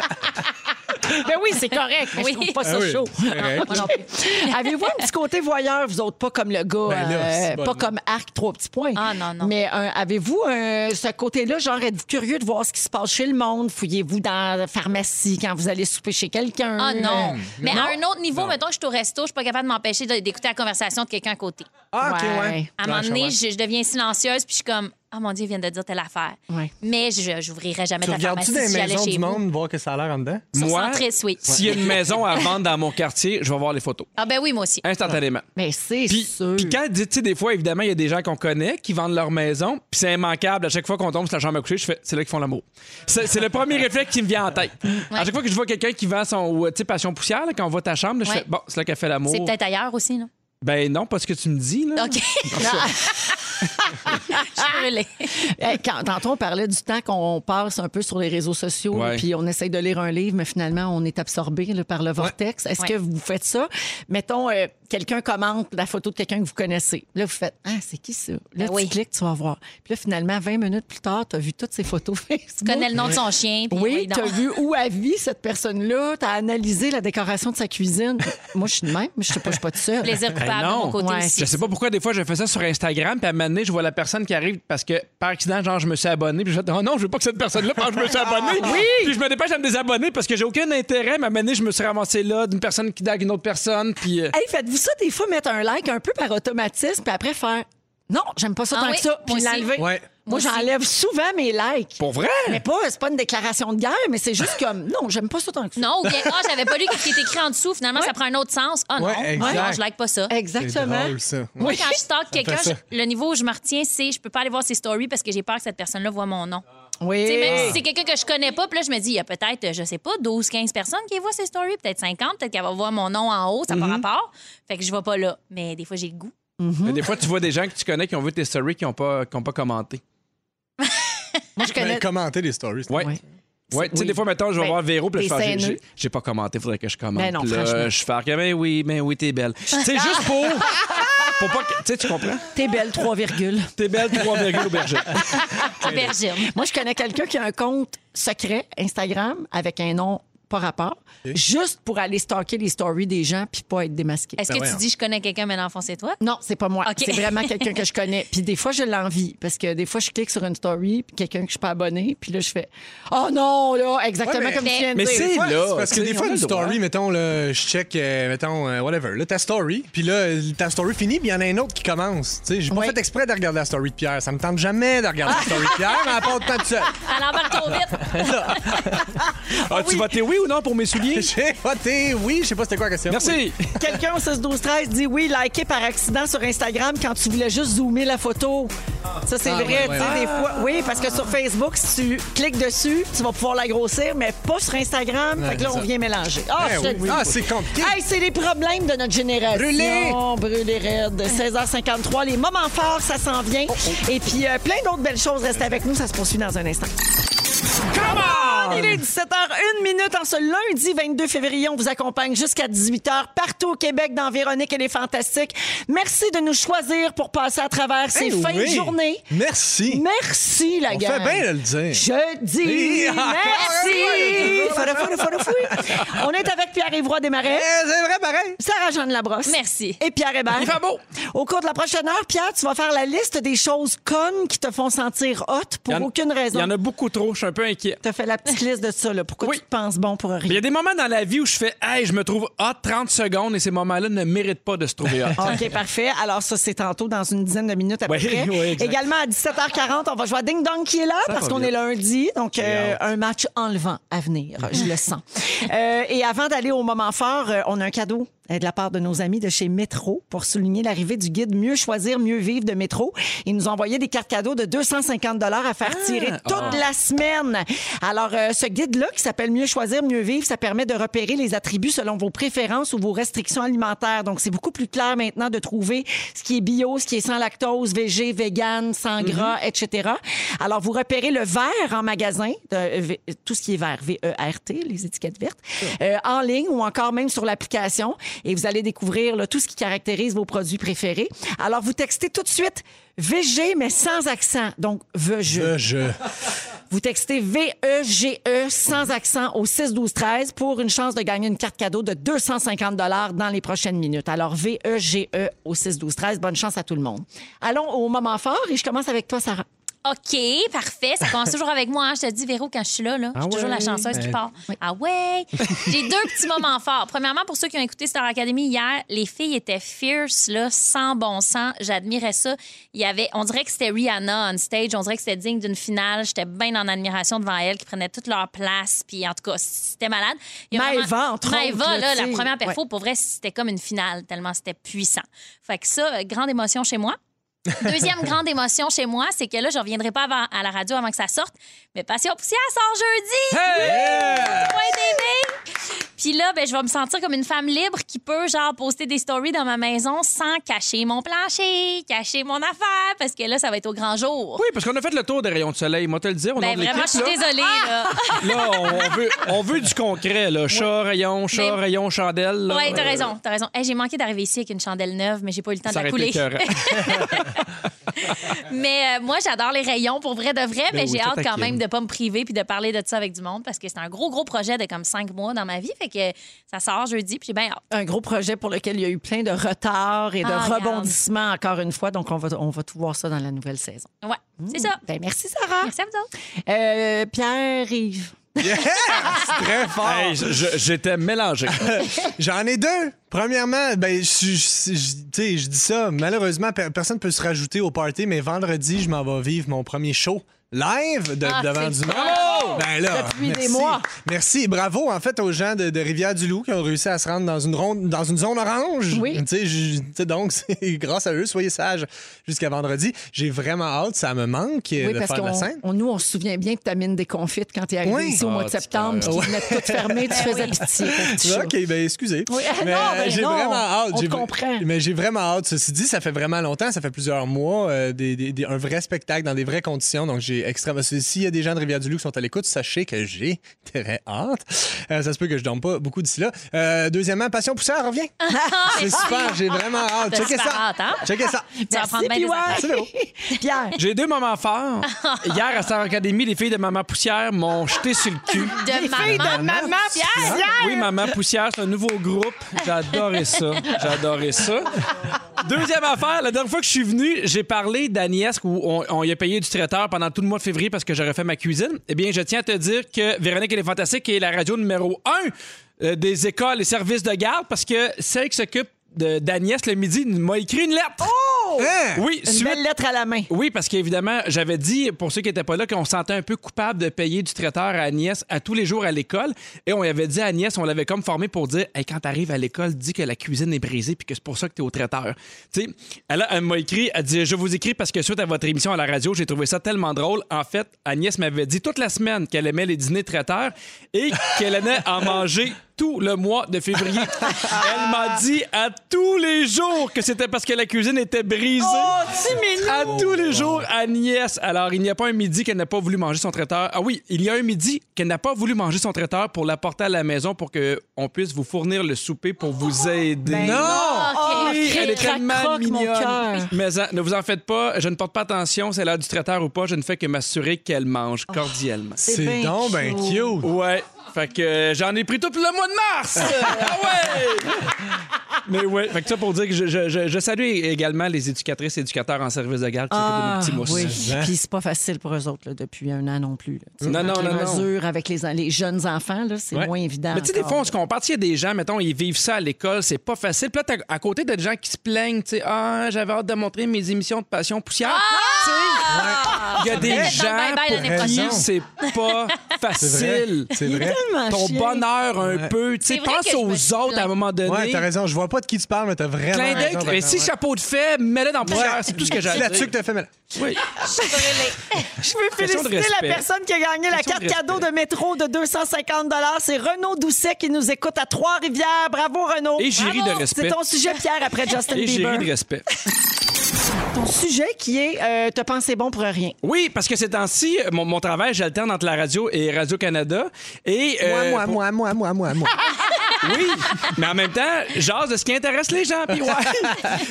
B: Ben oui, c'est correct. Mais
C: Oui.
B: je trouve pas
A: Ah
B: ça
A: oui,
B: chaud.
A: c'est correct.
C: Moi non plus.
B: *laughs* Avez-vous un petit côté voyeur, vous autres? Pas comme le gars,
A: Ben là,
B: euh,
A: c'est bon,
B: pas
A: là.
B: comme Arc, trois petits points.
C: Ah, non, non.
B: Mais un- avez-vous un- ce côté-là, genre, êtes-vous curieux de voir ce qui se passe chez le monde? Fouillez-vous dans la pharmacie quand vous allez souper chez quelqu'un?
C: Ah non.
B: Euh,
C: Mais à un autre niveau, mettons que je suis au resto, je suis pas capable de m'empêcher de- d'écouter la conversation de quelqu'un à côté.
A: Ah, OK,
B: Ouais.
A: ouais.
C: À un moment
A: Ouais, je
C: donné,
A: vois.
C: je, je deviens silencieuse, puis je suis comme Ah mon Dieu, ils viennent de dire telle affaire.
B: Ouais.
C: Mais je n'ouvrirai jamais
A: Tu
C: ta
A: regardes-tu
C: pharmacie
A: des
C: si j'allais
A: maisons
C: chez
A: du
C: vous.
A: monde, voir que ça a l'air en dedans?
C: Sur
D: Moi,
C: Centris, oui.
D: S'il y a une maison
C: *laughs*
D: à vendre dans mon quartier, je vais voir les photos.
C: Ah ben oui, moi aussi.
D: Hein? Instantanément.
C: Ah,
B: Mais c'est
D: Puis,
B: sûr.
D: puis quand, tu sais, des fois, évidemment, il y a des gens qu'on connaît qui vendent leur maison, puis c'est immanquable. À chaque fois qu'on tombe sur la chambre à coucher, je fais, c'est là qu'ils font l'amour. C'est c'est le
C: *laughs*
D: premier réflexe qui me vient en tête. À chaque fois que je vois quelqu'un qui vend son, ou, tu sais, passion poussière, là, quand on voit ta chambre, là, je
C: Ouais.
D: fais, bon, c'est là qu'elle fait l'amour.
C: C'est peut-être ailleurs aussi, non?
D: Ben non, parce que tu me dis, là. *laughs*
C: OK. *laughs* Je suis brûlée.
B: Hey, quand, tantôt, on parlait du temps qu'on passe un peu sur les réseaux sociaux,
D: Ouais.
B: puis on essaye de lire un livre, mais finalement, on est absorbé là, par le vortex. Est-ce
C: Ouais.
B: que vous faites ça? Mettons, euh, quelqu'un commente la photo de quelqu'un que vous connaissez. Là, vous faites Ah, c'est qui ça? Là,
C: Ben
B: tu
C: oui.
B: cliques, tu vas voir. Puis là, finalement, 20 minutes plus tard, tu as vu toutes ces photos *laughs* Facebook.
C: Tu connais le nom de son chien. puis
B: Oui,
C: donc.
B: t'as vu où a vie cette personne-là, t'as analysé la décoration de sa cuisine. Moi, je suis de même, mais je sais pas, je suis pas toute seule.
C: Plaisir
D: Ben
C: coupable de
D: non.
C: mon côté
B: Ouais.
C: aussi.
D: Je sais pas pourquoi des fois je fais ça sur Instagram, puis à un moment donné, je vois la personne qui arrive parce que par accident, genre, je me suis abonné, puis je fais Oh non, je veux pas que cette personne-là pense que je me suis abonné. oui! Puis je me dépêche à me désabonner parce que j'ai aucun intérêt, mais à un moment donné, je me suis ramassé là d'une personne qui dague une autre personne, puis. euh,
B: Hey, faites-vous ça des fois, mettre un like un peu par automatisme, puis après faire non, j'aime pas ça
C: Ah
B: tant
C: oui,
B: que ça,
C: moi
B: puis
C: aussi.
A: Ouais.
B: l'enlever. Moi,
C: Moi aussi.
B: j'enlève souvent mes likes.
D: Pour vrai?
B: Mais pas, c'est pas une déclaration de guerre, mais
A: *laughs*
B: c'est juste comme non, j'aime pas ça tant que ça.
C: Non, ou bien, ah, j'avais pas lu ce qui est écrit en dessous. Finalement, ça prend un autre sens. Ah non,
A: Ouais, exact.
C: non, je like pas
B: Euh,
C: ça.
B: Exactement.
A: C'est drôle, ça. Ouais.
C: Moi, quand je stalk quelqu'un,
A: fait ça.
C: je- le niveau où je me retiens, c'est je peux pas aller voir ses stories parce que j'ai peur que cette personne-là voit mon nom.
B: Oui.
C: Tu sais, Même si c'est quelqu'un que je connais pas, puis là, je me dis, il y a peut-être, euh, je sais pas, 12, 15 personnes qui voient ses stories, peut-être 50, peut-être qu'elle va voir mon nom en haut, ça par rapport. Fait que je vais pas là. Mais des fois, j'ai le goût.
D: Mais des fois, tu vois des gens que tu connais qui ont vu tes stories qui n'ont pas, qui ont pas commenté.
B: Moi, je
A: Ben,
B: connais.
A: commenter les stories.
D: Ouais.
B: Ouais.
D: Ouais, tu sais,
B: Oui.
D: des fois, mettons, je vais
B: Ben,
D: voir Véro, puis là, je
B: des
D: fais, j'ai-
B: haineux.
D: j'ai- j'ai pas commenté, faudrait que je commente.
B: Ben non,
D: Là,
B: franchement.
D: je fais, Ah, ben oui, ben oui, t'es belle. tu sais, juste pour. pour pas que- Tu sais, tu comprends?
B: T'es belle, 3, virgule.
D: T'es belle, 3,0 Berger.
C: Aubergine.
B: Moi, je connais quelqu'un qui a un compte secret Instagram avec un nom pas rapport, juste pour aller stalker les stories des gens puis pas être démasqué.
C: Est-ce
A: Ben
C: que tu
A: voyons.
C: dis, je connais quelqu'un, mais dans le fond, c'est toi?
B: Non, c'est pas moi.
C: OK.
B: C'est vraiment quelqu'un que je connais. Puis des fois, je l'envie parce que des fois, je clique sur une story, puis quelqu'un que je suis pas abonné, puis là, je fais Oh non, là, exactement
A: Ouais, mais-
B: comme tu viens de
D: Mais
B: dire.
D: c'est
A: Ouais,
D: là.
A: c'est parce que
D: tu sais,
A: des
D: on
A: fois,
D: a
A: une
D: le droit.
A: story, mettons, là, je check, euh, mettons, euh, whatever, là, ta story, puis là, euh, ta story finie, puis il y en a un autre qui commence. Tu sais, j'ai pas
B: Ouais.
A: fait exprès de regarder la story de Pierre. Ça me tente jamais de regarder la story de Pierre, mais à part de temps de seul.
C: Elle embarque trop vite.
D: Ah, tu votais oui ou non pour mes souliers?
A: *laughs* J'ai voté oui, je sais pas c'était quoi la question.
D: Merci.
B: Quelqu'un au 16-12-13 dit oui, liker par accident sur Instagram quand tu voulais juste zoomer la photo. Ça, c'est
A: Ah,
B: vrai,
A: ouais, ouais, Ah.
B: tu sais,
A: ouais.
B: des fois. Oui, parce que sur Facebook, si tu cliques dessus, tu vas pouvoir la grossir, mais pas sur Instagram. fait que là,
A: c'est
B: on
A: ça.
B: vient mélanger. Ah,
A: Ben
B: je
A: oui.
B: te dis.
A: Ah, c'est compliqué.
B: Hey, c'est les problèmes de notre génération.
A: Brûlé. Oh.
B: Brûlé raide. 16h53, les moments forts, ça s'en vient. Et puis, euh, plein d'autres belles choses. Restez avec nous, ça se poursuit dans un instant. Come on! Il est 17h01 minute en ce lundi 22 février. On vous accompagne jusqu'à 18h partout au Québec dans Véronique et les Fantastiques. Merci de nous choisir pour passer à travers ces
A: Eh
B: fins de
A: oui.
B: journée.
A: Merci.
B: Merci, la
A: On
B: gang.
A: fait bien de le dire.
B: Je dis
A: Oui. *laughs*
B: merci. Fada, fada, fada, fouille. On est avec Pierre-Yvroy
A: Eh,
B: Desmarais,
A: c'est vrai, pareil.
B: *laughs* Sarah-Jeanne Labrosse.
C: Merci.
B: Et Pierre Hébert.
D: Il fait beau.
B: Au cours de la prochaine heure, Pierre, tu vas faire la liste des choses connes qui te font sentir hot pour
D: Il y en-
B: aucune raison.
D: Il y en a beaucoup trop, je suis un peu inquiet.
B: Tu as fait la petite liste de ça, là. Pourquoi
D: Oui.
B: tu te penses bon pour
D: Il y
B: rien?
D: a des moments dans la vie où je fais, hey, je me trouve hot 30 secondes et ces moments-là ne méritent pas de se trouver hot.
B: *laughs* OK, parfait. Alors, ça, c'est tantôt dans une dizaine de minutes à peu
D: Ouais,
B: près.
D: ouais, exact.
B: Également, à 17h40, on va jouer à Ding Dong qui est là
D: Ça
B: parce
D: va
B: qu'on
D: bien.
B: est lundi. Donc, euh,
D: hâte.
B: un match enlevant à venir. Je le sens. *laughs* Euh, et avant d'aller au moment fort, euh, on a un cadeau euh, de la part de nos amis de chez Métro pour souligner l'arrivée du guide Mieux choisir, mieux vivre de Métro. Ils nous ont envoyé des cartes cadeaux de 250 à faire
D: Ah,
B: tirer toute
D: oh.
B: la semaine. Alors, euh, ce guide-là, qui s'appelle Mieux choisir, mieux vivre, ça permet de repérer les attributs selon vos préférences ou vos restrictions alimentaires. Donc, c'est beaucoup plus clair maintenant de trouver ce qui est bio, ce qui est sans lactose, végé, vegan, sans gras, etc. Alors, vous repérez le vert en magasin, de- euh, V- tout ce qui est vert, V-E-R-T, les étiquettes vertes, euh, en ligne ou encore même sur l'application. Et vous allez découvrir là, tout ce qui caractérise vos produits préférés. Alors, vous textez tout de suite VG, mais sans accent. Donc, VG.
A: Euh, je.
B: Vous textez
G: E
B: V-E-G-E sans accent au 6-12-13 pour une chance de gagner une carte cadeau de 250 dans les prochaines minutes. Alors,
G: E
B: V-E-G-E au 6-12-13. Bonne chance à tout le monde. Allons au moment fort et je commence avec toi, Sarah.
C: OK, parfait. Ça commence toujours avec moi. hein. Je te dis, Véro, quand je suis là, là je suis toujours
D: ouais.
C: la chanceuse qui
D: Ben,
C: part. Ah ouais! J'ai deux petits moments forts. Premièrement, pour ceux qui ont écouté Star Academy hier, les filles étaient fierce, là, sans bon sens. J'admirais ça. Il y avait, on dirait que c'était Rihanna on stage. On dirait que c'était digne d'une finale. J'étais bien en admiration devant elle, qui prenaient toute leur place. Puis en tout cas, c'était malade. Il y a
G: Maëva, entre
C: Maëva,
G: autres, là,
C: là,
G: tu
C: la
G: sais.
C: première perfo, pour vrai, c'était comme une finale, tellement c'était puissant. Fait que ça, euh, grande émotion chez moi. Deuxième grande émotion chez moi, c'est que là, je reviendrai pas avant- à la radio avant que ça sorte, mais Passion Poussière sort jeudi! Ouais, bébé! Puis là, ben, je vais me sentir comme une femme libre qui peut, genre, poster des stories dans ma maison sans cacher mon plancher, cacher mon affaire, parce que là, ça va être au grand jour.
D: Oui, parce qu'on a fait le tour des rayons de soleil. Moi, te le dire, on a
C: ben, vraiment, je suis désolée, là.
D: Là, on, on veut, on veut du concret, là. Chat, rayon, chat,
C: Mais-
D: rayon, chandelle. là.
C: Oui, t'as raison, t'as raison. Hey, j'ai manqué d'arriver ici avec une chandelle neuve, mais j'ai pas eu le temps
D: Ça
C: de la
D: aurait été
C: couler. *laughs*
D: écœurant.
C: Mais euh, moi, j'adore les rayons pour vrai de vrai,
A: Ben
C: mais
D: oui,
C: j'ai
D: ça
C: hâte quand
D: taquine.
C: même de pas me priver puis de parler de ça avec du monde parce que c'est un gros, gros projet de comme cinq mois dans ma vie. Fait que ça sort jeudi, puis j'ai bien hâte.
G: Un gros projet pour lequel il y a eu plein de retards et de
C: Ah, regarde.
G: rebondissements, encore une fois. Donc, on va, on va tout voir ça dans la nouvelle saison.
C: Ouais, c'est ça.
A: Mm.
G: Ben, merci, Sarah.
C: Merci à vous autres.
G: Euh, Pierre-Yves.
A: Très fort.
D: Hey, je- je- J'étais mélangé.
A: J'en ai deux. Premièrement, ben, je, je- je- tu sais, je dis ça. Malheureusement, per- personne ne peut se rajouter au party, mais vendredi, je m'en vais vivre mon premier show live de-
C: Ah,
A: devant
C: c'est
A: du monde. Ben là,
G: Depuis des
A: merci.
G: mois.
A: Merci. Bravo, en fait, aux gens de, de Rivière-du-Loup qui ont réussi à se rendre dans une, ronde, dans une zone orange.
G: Oui.
A: Tu sais, je- tu sais, donc, *laughs* c'est grâce à eux, soyez sages jusqu'à vendredi. J'ai vraiment hâte. Ça me manque
G: Oui,
A: de
G: parce
A: faire de la
G: qu'on
A: scène.
G: on- nous, on se souvient bien que ta mine des confites quand tu es arrivé
A: Oui.
G: ici au
D: Ah,
G: mois de
D: tu
G: septembre, puis
D: parles.
G: qu'ils venaient toutes fermer, tu faisais pitié. pour
B: *laughs*
G: le petit chat.
A: OK, ben excusez.
G: Oui,
A: Mais
G: non, ben
A: j'ai
G: non,
A: vraiment hâte.
G: on te
A: J'ai-
G: comprend.
A: Mais j'ai vraiment hâte. Ceci dit, ça fait vraiment longtemps, ça fait plusieurs mois, euh, des- des- des- un vrai spectacle dans des vraies conditions. Donc, j'ai extrêmement. si- S'il y a des gens de Rivière-du-Loup qui sont à l'écoute, sachez que j'ai *laughs* très hâte. Euh, ça se peut que je dorme pas beaucoup d'ici là. Euh, deuxièmement, Passion Poussière revient. C'est super, j'ai vraiment hâte.
C: T'as
A: Checkez
C: super
A: ça.
C: hâte, hein?
A: Checkez ça.
C: Tu vas prendre bien
G: Merci,
C: des affaires.
A: C'est bon.
G: *laughs* Pierre.
D: J'ai deux moments forts. Hier, à Star Academy, les filles de Maman Poussière m'ont jeté sur le cul.
C: De maman.
A: Maman Poussière.
D: Oui, Maman Poussière, c'est un nouveau groupe. J'ai adoré ça. J'ai adoré ça. Deuxième affaire, la dernière fois que je suis venu, j'ai parlé d'Agnès où on, on y a payé du traiteur pendant tout le mois de février parce que j'aurais fait ma cuisine. Eh bien, je tiens à te dire que Véronique et les Fantastiques est la radio numéro un euh, des écoles et services de garde parce que celle qui s'occupe de- d'Agnès le midi m'a écrit une lettre.
A: Hein?
D: oui,
G: Oh! Une
D: suite-
G: belle lettre à la main.
D: oui, parce qu'évidemment, j'avais dit, pour ceux qui n'étaient pas là, qu'on se sentait un peu coupable de payer du traiteur à Agnès à tous les jours à l'école. Et on avait dit à Agnès, on l'avait comme formé pour dire Hey, quand t'arrives à l'école, dis que la cuisine est brisée puis que c'est pour ça que t'es au traiteur. Tu sais, elle, a- elle m'a écrit, elle dit Je vous écris parce que suite à votre émission à la radio, j'ai trouvé ça tellement drôle. En fait, Agnès m'avait dit toute la semaine qu'elle aimait les dîners traiteurs et qu'elle aimait en manger tout le mois de février. Elle m'a dit à tous les jours que c'était parce que la cuisine était brisée. À
G: Oh,
D: tous les jours, Agnès. Alors, il n'y a pas un midi qu'elle n'a pas voulu manger son traiteur. Ah oui, il y a un midi qu'elle n'a pas voulu manger son traiteur pour l'apporter à la maison pour que on puisse vous fournir le souper pour
G: Oh,
D: vous aider.
G: Ben
A: Oh! Non!
C: OK.
D: Oui, elle est
G: crac,
D: tellement
G: croc, mon
D: mignonne.
G: cœur.
D: Mais en- ne vous en faites pas, je ne porte pas attention, c'est l'heure du traiteur ou pas, je ne fais que m'assurer qu'elle mange cordialement.
A: C'est
G: bien
A: donc ben cute.
D: Ouais, fait que euh, j'en ai pris tout le mois de mars.
C: *laughs*
D: ah ouais. Mais ouais, fait que ça pour dire que je, je- je- je salue également les éducatrices et éducateurs en service de garde qui s'occupent de nos petits mousses.
G: Ah, oui.
A: hein.
G: Puis c'est pas facile pour eux autres là, depuis un an non plus. là. Tu sais,
D: Non, non,
G: avec les
D: non, non.
G: mesures avec les, en- les jeunes enfants, là, c'est
D: Ouais.
G: moins évident.
D: Mais tu sais, des
G: encore,
D: fois, on
G: là.
D: se compare. S'il y a des gens, mettons, ils vivent ça à l'école, c'est pas facile. Puis là, t'as- à côté, t'as des gens qui se plaignent, tu sais, ah, j'avais hâte de montrer mes émissions de Passion Poussière. Tu sais, Il y a des
C: Ah! vrai. Dans
D: gens
C: le bye-bye l'année
D: pour qui
A: prochaine.
D: c'est pas
A: C'est vrai.
D: facile.
A: C'est
G: Il est
A: vrai.
G: tellement
D: Ton
G: chien.
D: bonheur un
A: Ouais.
D: peu. Tu sais,
C: C'est vrai
D: pense
C: que je me suis
D: aux autres à un
C: plainte.
D: moment donné.
A: Ouais, t'as raison. Je vois pas de qui tu parles, mais t'as vraiment.
D: Clin d'œil,
A: raison,
D: mais
A: Vincent,
D: si
A: ouais.
D: chapeau de fait, mets-le dans la poussière.
A: Ouais.
D: C'est tout ce que j'ai à
A: C'est
D: dire.
A: là-dessus que t'as fait, mais.
D: Oui.
G: Je veux
D: Question de
G: féliciter la
D: respect.
G: personne qui a gagné la
D: Question de
G: carte cadeau
D: respect.
G: de métro de 250 C'est Renaud Doucet qui nous écoute à Trois-Rivières. Bravo, Renaud.
D: Et jury
G: Bravo.
D: de respect.
G: C'est ton sujet, Pierre, *laughs* après Justin
D: Et j'ai
G: Bieber.
D: ri de respect.
G: Ton sujet qui est euh, Te penser bon pour rien.
D: Oui, parce que ces temps-ci, mon, mon travail, j'alterne entre la radio et Radio-Canada. Et, euh,
A: Moi,
D: pour-
A: moi, moi, moi, moi, moi, moi.
D: Oui, mais en même temps, j'ose de ce qui intéresse les gens. *laughs* Puis ouais.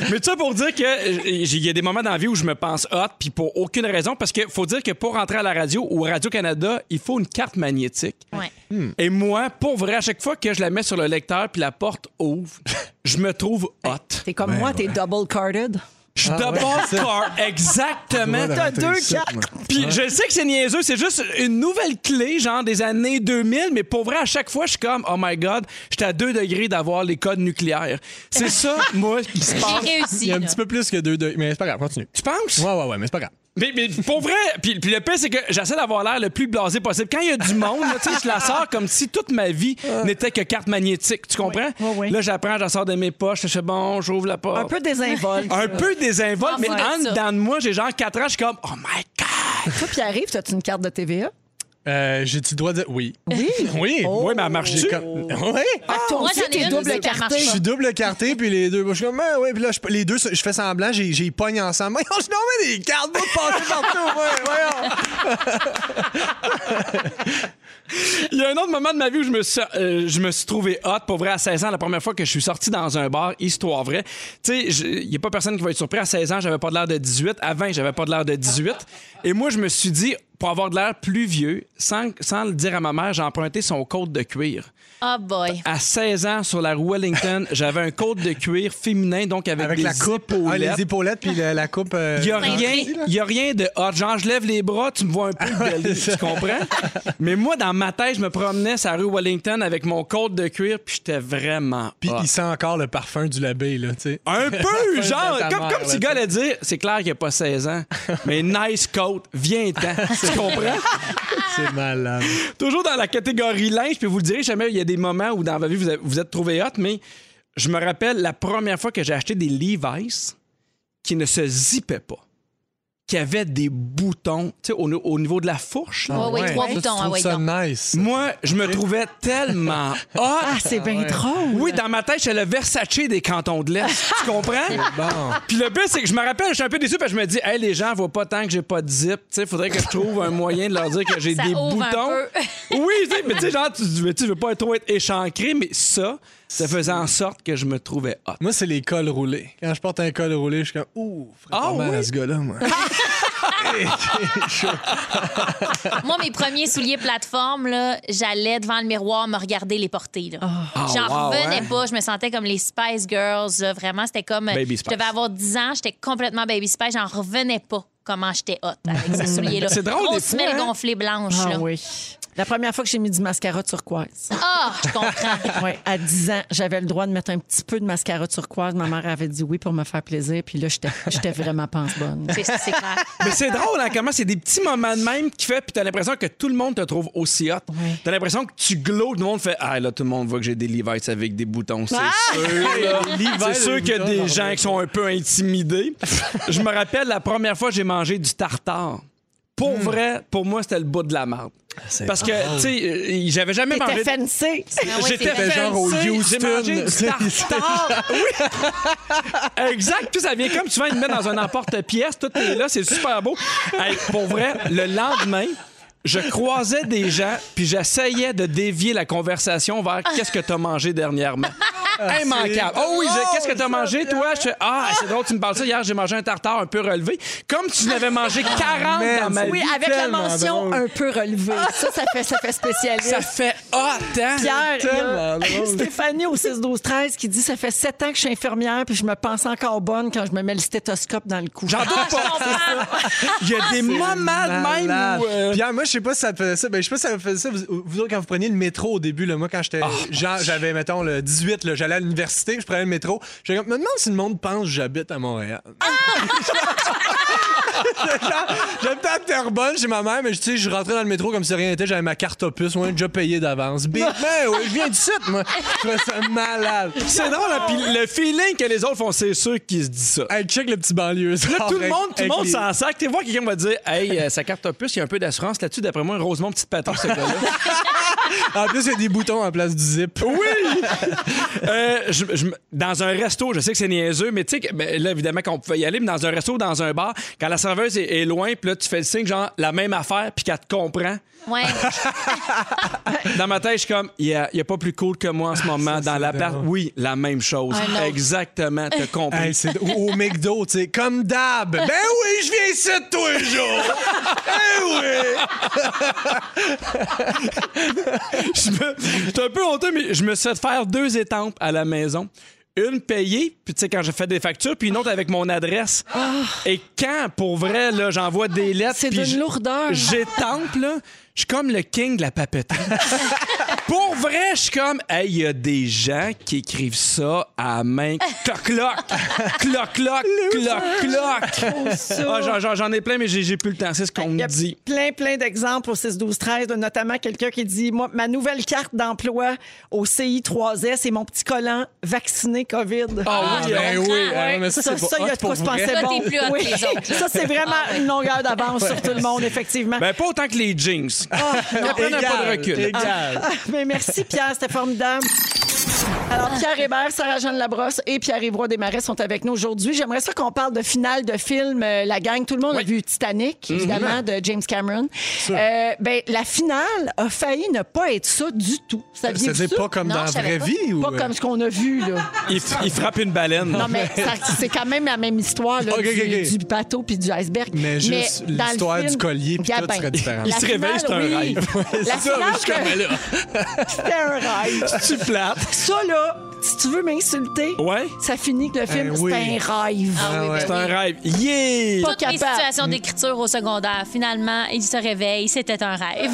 D: mais tout ça pour dire que euh, j'ai- il y a des moments dans la vie où je me pense hot, puis pour aucune raison, parce que faut dire que pour rentrer à la radio ou Radio-Canada, il faut une carte magnétique.
C: Ouais.
D: Et moi, pour vrai, à chaque fois que je la mets sur le lecteur puis la porte ouvre, je me trouve hot. Ben
G: T'es comme moi, t'es double-carded.
D: Je suis
A: Ah
D: de
A: ouais,
D: bon
A: c'est ça.
D: corps, exactement.
A: Voilà,
D: T'as
A: t'as
D: deux
A: eu ça,
D: cartes.
A: moi.
D: Puis je sais que c'est niaiseux, c'est juste une nouvelle clé, genre des années 2000, mais pour vrai, à chaque fois, je suis comme, oh my God, j'étais à 2 degrés d'avoir les codes nucléaires. C'est ça, moi, qui se passe.
C: J'ai réussi.
A: Il y a un
C: là.
A: petit peu plus que deux, deux mais c'est pas grave, continue.
D: Tu penses?
A: Ouais, ouais, ouais, mais c'est pas grave.
D: Mais, mais pour vrai, puis, puis le pire, c'est que j'essaie d'avoir l'air le plus blasé possible. Quand il y a du monde, là, tu sais, je la sors comme si toute ma vie n'était que carte magnétique. Tu comprends?
B: Oui, oui.
D: Là, j'apprends, j'en sors de mes poches, je fais bon, j'ouvre la porte.
B: Un peu désinvolte.
D: Un peu désinvolte,
C: Ah,
D: mais
C: ouais.
D: en
C: Ça.
D: dedans de moi, j'ai genre 4 ans, je suis comme, oh my God!
G: Toi, Pierre, arrive, as-tu une carte de TVA?
A: Euh, J'ai-tu le droit de dire oui? Oh.
G: Oui.
A: *laughs* Oui.
D: Oui, mais elle marche-tu?
A: J'ai comme- *laughs* Oui.
G: Toi
C: Moi,
G: aussi,
C: j'en ai
G: t'es
C: une,
G: double
C: c'est pas
G: carté.
A: Je suis double carté, puis les deux. Je suis comme, ah, ouais, puis là, je- les deux, je fais semblant, j'ai j'ai pogne ensemble. *laughs* Voyons, je nommais des cartes, moi, de passer partout, ouais, voyons.
D: Il y a un autre moment de ma vie où je me suis, euh, je me suis trouvé hot, pour vrai, à 16 ans, la première fois que je suis sorti dans un bar, histoire vraie. Tu sais, il n'y a pas personne qui va être surpris. À 16 ans, j'avais pas de l'air de 18. À 20, j'avais pas de l'air de 18. Et moi, je me suis dit, pour avoir de l'air plus vieux, sans, sans le dire à ma mère, j'ai emprunté son côte de cuir.
C: Ah boy.
D: À 16 ans, sur la rue Wellington, *laughs* j'avais un côte de cuir féminin, donc avec,
A: Avec
D: des
A: la coupe, ah,
D: épaulettes.
A: les épaulettes, puis la, la coupe. euh,
D: Il n'y a,
A: dans-
D: rien- y a rien de hot. Genre, je lève les bras, tu me vois un peu gueuler, tu comprends? Mais moi, dans ma tête, je me promenais sur la rue Wellington avec mon côte de cuir, puis j'étais vraiment
A: Puis
D: hot.
A: il sent encore le parfum du labé, là, tu sais.
D: Un peu, genre,
A: ta
D: comme,
A: mère,
D: comme si le
A: là,
D: gars allait dire, c'est clair qu'il a pas 16 ans, mais nice coat, viens-t'en, tu comprends?
A: C'est malade.
D: Toujours dans la catégorie linge, puis vous le direz jamais, il y a des moments où dans ma vie, vous avez- vous êtes trouvé hot, mais je me rappelle la première fois que j'ai acheté des Levi's qui ne se zippaient pas, qui avaient des boutons, tu sais, au, au niveau de la fourche. là.
C: Ah ouais, trois
A: Ça,
C: boutons,
A: Tu
C: ah ouais,
A: trouves ça
C: donc.
A: nice.
D: Moi, je me trouvais tellement
G: *laughs* Ah,
D: hot.
G: c'est bien
C: Oh.
G: drôle.
D: Oui, dans ma tête, c'est le Versace des cantons de l'Est. tu
C: *laughs*
D: comprends?
A: Bon.
D: Puis le pire, c'est que je me rappelle, je suis un peu déçu parce que je me dis, hey, les gens voient pas tant que j'ai pas de zip. Tu sais, faudrait que je trouve un moyen de leur dire que j'ai
C: Ça
D: des
C: ouvre un
D: boutons. *laughs*
C: peu.
D: oui, tu sais, mais tu sais, genre, tu, mais tu veux pas trop être échancré, mais ça, ça faisait en sorte que je me trouvais hot.
A: Moi, c'est les cols roulés. Quand je porte un col roulé, je suis comme, ouh, frère,
D: Ah
A: pas mal
D: oui?
A: à ce gars-là,
D: *laughs*
A: moi.
C: Moi, mes premiers souliers plateforme, là, j'allais devant le miroir me regarder les porter. Là. J'en
D: Ah, wow,
C: revenais
D: hein?
C: pas. Je me sentais comme les Spice Girls. là. Vraiment, c'était comme. euh,
D: Baby
C: Je devais
D: Spice.
C: avoir 10 ans. J'étais complètement Baby Spice. J'en revenais pas comment j'étais hot avec ces souliers-là.
D: C'est drôle, des
C: Grosse
D: fois,
C: semelle
D: hein?
C: gonflée blanche.
G: Ah
C: là.
G: oui. La première fois que j'ai mis du mascara
C: *laughs*
G: turquoise.
C: Ah, je comprends. *laughs*
G: Ouais, à 10 ans, j'avais le droit de mettre un petit peu de mascara turquoise. Ma mère avait dit oui pour me faire plaisir. Puis là, j'étais j'étais vraiment pas en bonne.
C: C'est- C'est clair.
D: Mais c'est drôle, hein, comment c'est des petits moments de même qui fait, puis t'as l'impression que tout le monde te trouve aussi hot. T'as l'impression que tu glows, tout le monde fait Ah, là, tout le monde voit que j'ai des Levi's avec des boutons, c'est
C: Ah!
D: sûr. là. C'est sûr
A: avec
D: qu'il y a
A: boutons,
D: des
A: pardon.
D: gens qui sont un peu intimidés. Je me rappelle la première fois que j'ai mangé du tartare. Pour vrai, pour moi, c'était le bout de la marde. Parce que, tu sais, euh, j'avais jamais mangé.
G: T'étais fancy.
C: Ah ouais,
D: J'étais
C: c'est vrai.
A: T'es genre au
D: fancy,
A: Houston. *laughs*
D: J'ai mangé du tartare. Oui. exact. Puis ça vient comme tu viens de mettre dans un emporte-pièce. Tout est là. C'est super beau. Hey, pour vrai, le lendemain. Je croisais des gens, puis j'essayais de dévier la conversation vers qu'est-ce que t'as mangé dernièrement. Immanquable. Oh oui, je- qu'est-ce que t'as mangé, toi? Je fais, ah, c'est drôle, tu me parles ça. Hier, j'ai mangé un tartare un peu relevé. Comme tu n'avais mangé 40 dans Ah, ma vie.
G: Oui, avec la
A: tellement
G: mention
A: drôle.
G: un peu relevée. Ça, ça fait, ça fait spécialiste.
D: Ça fait hot, hein?
G: Pierre, il y a
A: tellement drôle.
G: Stéphanie au 6 12 13 qui dit ça fait sept ans que je suis infirmière puis je me pense encore bonne quand je me mets le stéthoscope dans le cou. Ah,
D: J'en doute pas. Il y a des moments de même
A: Malade.
D: où. euh,
A: Pierre, moi, je sais pas si ça faisait ça. Ben, je sais pas si ça faisait ça. Vous, vous autres, quand vous preniez le métro au début, là, moi, quand
D: Oh,
A: j'étais. genre, j'avais, mettons, le 18, là, j'allais à l'université, je prenais le métro. Je me demande si le monde pense que j'habite à Montréal.
D: Ah!
A: *laughs* Genre, J'habitais à Terrebonne chez ma mère, mais tu sais, je rentrais dans le métro comme si rien n'était. J'avais ma carte opus, moi, déjà payé d'avance. Big man, ouais, je viens du sud, moi. Je fais ça malade.
D: C'est drôle, hein, puis le feeling que les autres font, c'est sûr qu'ils se disent ça.
A: Hey, check le petit banlieue.
D: Là, tout le monde, tout le monde s'en sac. Tu vois, quelqu'un va dire, hey, euh, sa carte opus, il y a un peu d'assurance là-dessus. D'après moi, Rosemont, petite patron, ce gars-là.
A: En plus, il y a des boutons en place du zip.
D: Oui! Euh, je- je me- dans un resto, je sais que c'est niaiseux, mais tu sais, que- ben, là, évidemment qu'on pouvait y aller, mais dans un resto, dans un bar, quand la serveuse est, est loin, puis là, tu fais le signe, genre, la même affaire, puis qu'elle te comprend.
C: Ouais.
D: Ah Dans ma tête, je suis comme, il n'y a, il y a pas plus cool que moi en ce moment. dans l'appart, oui, la même chose.
C: Un autre.
D: Exactement, t'as compris.
A: Hey, c'est au, au McDo, tu sais, comme d'hab. Ben oui, je viens ici tous les jours. Ben oui.
D: *laughs* Je me- J'étais un peu honteux, mais je me suis fait faire deux étampes à la maison. Une payée, puis tu sais, quand je fais des factures, puis une autre avec mon adresse. Et quand, pour vrai, là, j'envoie des lettres.
G: C'est
D: puis
G: d'une
D: je-
G: lourdeur.
D: J'étampe, là. Je suis comme le king de la papeterie. pour vrai, je suis comme, hey, il y a des gens qui écrivent ça à main. Cloc, cloc, cloc, cloc, cloc, cloc. Ah, j'en- j'en- J'en ai plein, mais j'ai j'ai plus le temps. C'est ce qu'on
B: Il y
D: me
B: a
D: dit.
B: plein, plein d'exemples au 6-12-13, notamment quelqu'un qui dit Moi, ma nouvelle carte d'emploi au CI3S, c'est mon petit collant vacciné COVID.
D: Ah oui,
A: ben
D: hein.
A: oui,
C: Ah, ouais.
A: ah, mais ça,
B: Ça,
A: c'est
B: ça,
A: pas
B: il y a
A: hot
B: de quoi
A: pour
B: se
A: vrai.
B: penser
C: Là,
B: bon.
C: t'es plus hot que les autres, là. Ah,
B: ça, c'est vraiment une longueur d'avance sur tout le monde, effectivement.
D: Ben, pas autant que les jeans.
B: Oh,
D: *laughs*
A: *laughs*
D: Ils prennent un pas de recul.
A: Égal.
B: Ah, *laughs* mais merci, Pierre, c'était formidable. Alors, Pierre Hébert, Sarah-Jeanne Labrosse et Pierre-Yves Roy Desmarais sont avec nous aujourd'hui. J'aimerais ça qu'on parle de finale de film euh, La Gang. Tout le monde a vu
A: Mhm.
B: Titanic, évidemment, de James Cameron. Euh, ben, la finale a failli ne pas être ça du tout. Saviez-vous
A: C'est
B: ça
A: pas comme
C: Non,
A: dans la
C: je savais
A: vraie
C: pas.
A: vie ou. euh?
B: Pas comme ce qu'on a vu, là.
D: Il, f- il frappe une baleine.
B: Non,
A: *laughs*
B: mais ça- c'est quand même la même histoire là,
A: Ok,
B: du,
A: ok, ok.
B: du bateau puis du iceberg.
A: Mais juste
B: dans le
A: l'histoire
B: film,
A: du collier puis tout
B: Gabin.
A: serait différent.
D: Il
B: La
D: se réveille, c'est un
B: finale, oui.
D: rêve.
B: La finale,
D: je suis comme,
B: que-
D: là,
B: C'était un
A: *laughs*
B: rêve.
D: tu plates.
B: Ça, là, si tu veux m'insulter,
D: Ouais.
B: ça finit que le film,
A: Eh
B: c'est
A: oui.
B: un rêve.
C: Ah oui, ben
D: C'est
C: oui.
D: un rêve. Yeah!
C: Toutes les
B: capable.
C: situations d'écriture au secondaire, finalement, il se réveille, c'était un rêve.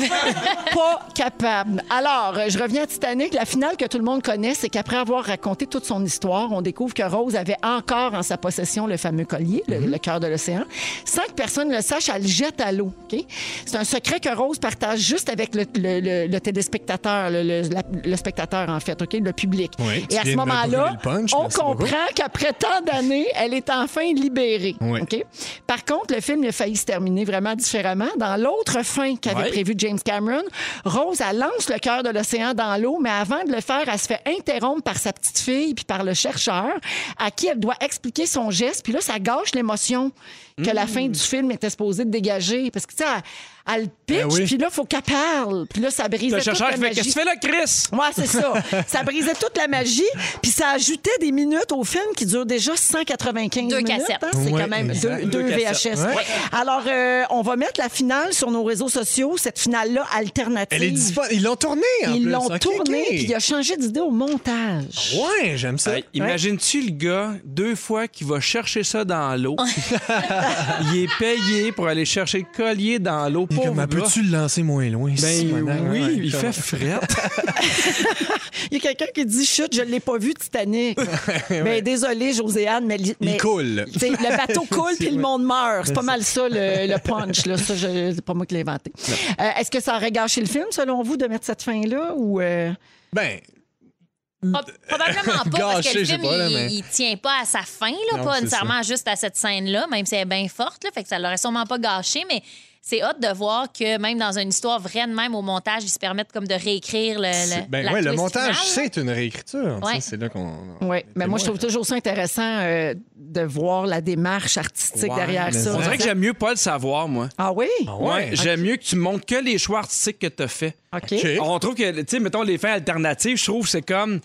B: Pas capable.
G: Alors, euh, je reviens à Titanic. La finale que tout le monde connaît, c'est qu'après avoir raconté toute son histoire, on découvre que Rose avait encore en sa possession le fameux collier, le,
A: Mhm.
G: le cœur de l'océan. Sans que personne ne le sache, elle le jette à l'eau. OK? C'est un secret que Rose partage juste avec le, le- le- le téléspectateur, le, le- la- le spectateur, en fait, OK? le public.
A: Oui, tu
G: Et à ce
A: viens de me brûler
G: moment-là,
A: le punch,
G: on
A: merci beaucoup.
G: comprend comprend qu'après tant d'années, elle est enfin libérée.
A: Oui.
G: OK? Par contre, le film il a failli se terminer vraiment différemment. Dans l'autre fin qu'avait
D: Ouais.
G: prévu James Cameron, Rose, elle lance le cœur de l'océan dans l'eau, mais avant de le faire, elle se fait interrompre par sa petite fille puis par le chercheur à qui elle doit expliquer son geste. Puis là, ça gâche l'émotion que la
D: Mmh.
G: fin du film était supposée de dégager. Parce que, tu sais, elle- elle le pitch,
A: Ben oui.
G: puis là, faut qu'elle parle. Puis là, ça brise
D: Le
G: toute
D: chercheur
G: la
D: qui fait Qu'est-ce que
G: magie.
D: tu fais là, Chris?
B: Ouais, c'est ça.
C: *laughs*
B: ça brisait toute la magie, puis ça ajoutait des minutes au film qui dure déjà 195
C: Deux
B: minutes.
C: cassettes.
B: hein. C'est
A: Ouais,
B: quand même
A: exact.
B: deux, deux
D: Deux cassettes.
B: VHS. Alors, euh, on va mettre la finale sur nos réseaux sociaux, cette finale-là alternative.
A: Elle est dispo- Ils l'ont tourné en
B: Ils
A: plus. hein? Ah,
B: l'ont
A: Ok, ok.
B: tournée, puis il a changé d'idée au montage.
A: Ouais, j'aime ça.
D: Hey, Imagines-tu le gars, deux fois, qui va chercher ça dans l'eau? *laughs* il est payé pour aller chercher le collier dans l'eau.
A: Et
D: Pauvre
A: Comment
D: gars.
A: ah, peux-tu le lancer moins loin?
D: Ben
A: Simonac?
D: oui,
A: Ouais,
D: il
A: comme-
D: fait
A: *laughs*
D: frette.
B: Il y a quelqu'un qui dit chut, je ne l'ai pas vu Titanic. ben désolé Joséanne, mais, li- mais-
A: Il coule.
B: T'sais, le bateau coule puis le monde meurt. C'est pas mal ça le, le punch là. Ça, je- c'est pas moi qui l'ai inventé. Euh, Est-ce que ça aurait gâché le film selon vous de mettre cette fin là ou euh,
A: Ben,
C: Pro- Probablement pas, parce que
A: Gâché,
C: le
A: je sais
C: film,
A: pas, là,
C: il,
A: mais-
C: il tient pas à sa fin, là,
A: Non,
C: pas
A: c'est
C: nécessairement juste à cette scène-là, même si elle est bien forte, là, fait que ça l'aurait sûrement pas gâché, mais c'est hot de voir que même dans une histoire vraie, de même au montage, ils se permettent comme de réécrire le, le,
A: c'est- ben
C: la
A: ouais, le
C: twist
A: montage,
C: finale.
A: c'est une réécriture.
C: Ouais.
A: Ça, C'est là qu'on.
G: Oui, mais moi, je trouve
A: tout.
G: toujours ça intéressant euh, de voir la démarche artistique
A: Ouais,
G: derrière
A: mais
G: ça.
D: On dirait que j'aime mieux pas le savoir, moi.
G: Ah oui?
A: ouais?
D: J'aime mieux que tu montres que les choix artistiques que t'as fait.
G: OK.
A: OK.
D: On trouve que, tu sais, mettons, les fins alternatives, je trouve que c'est comme.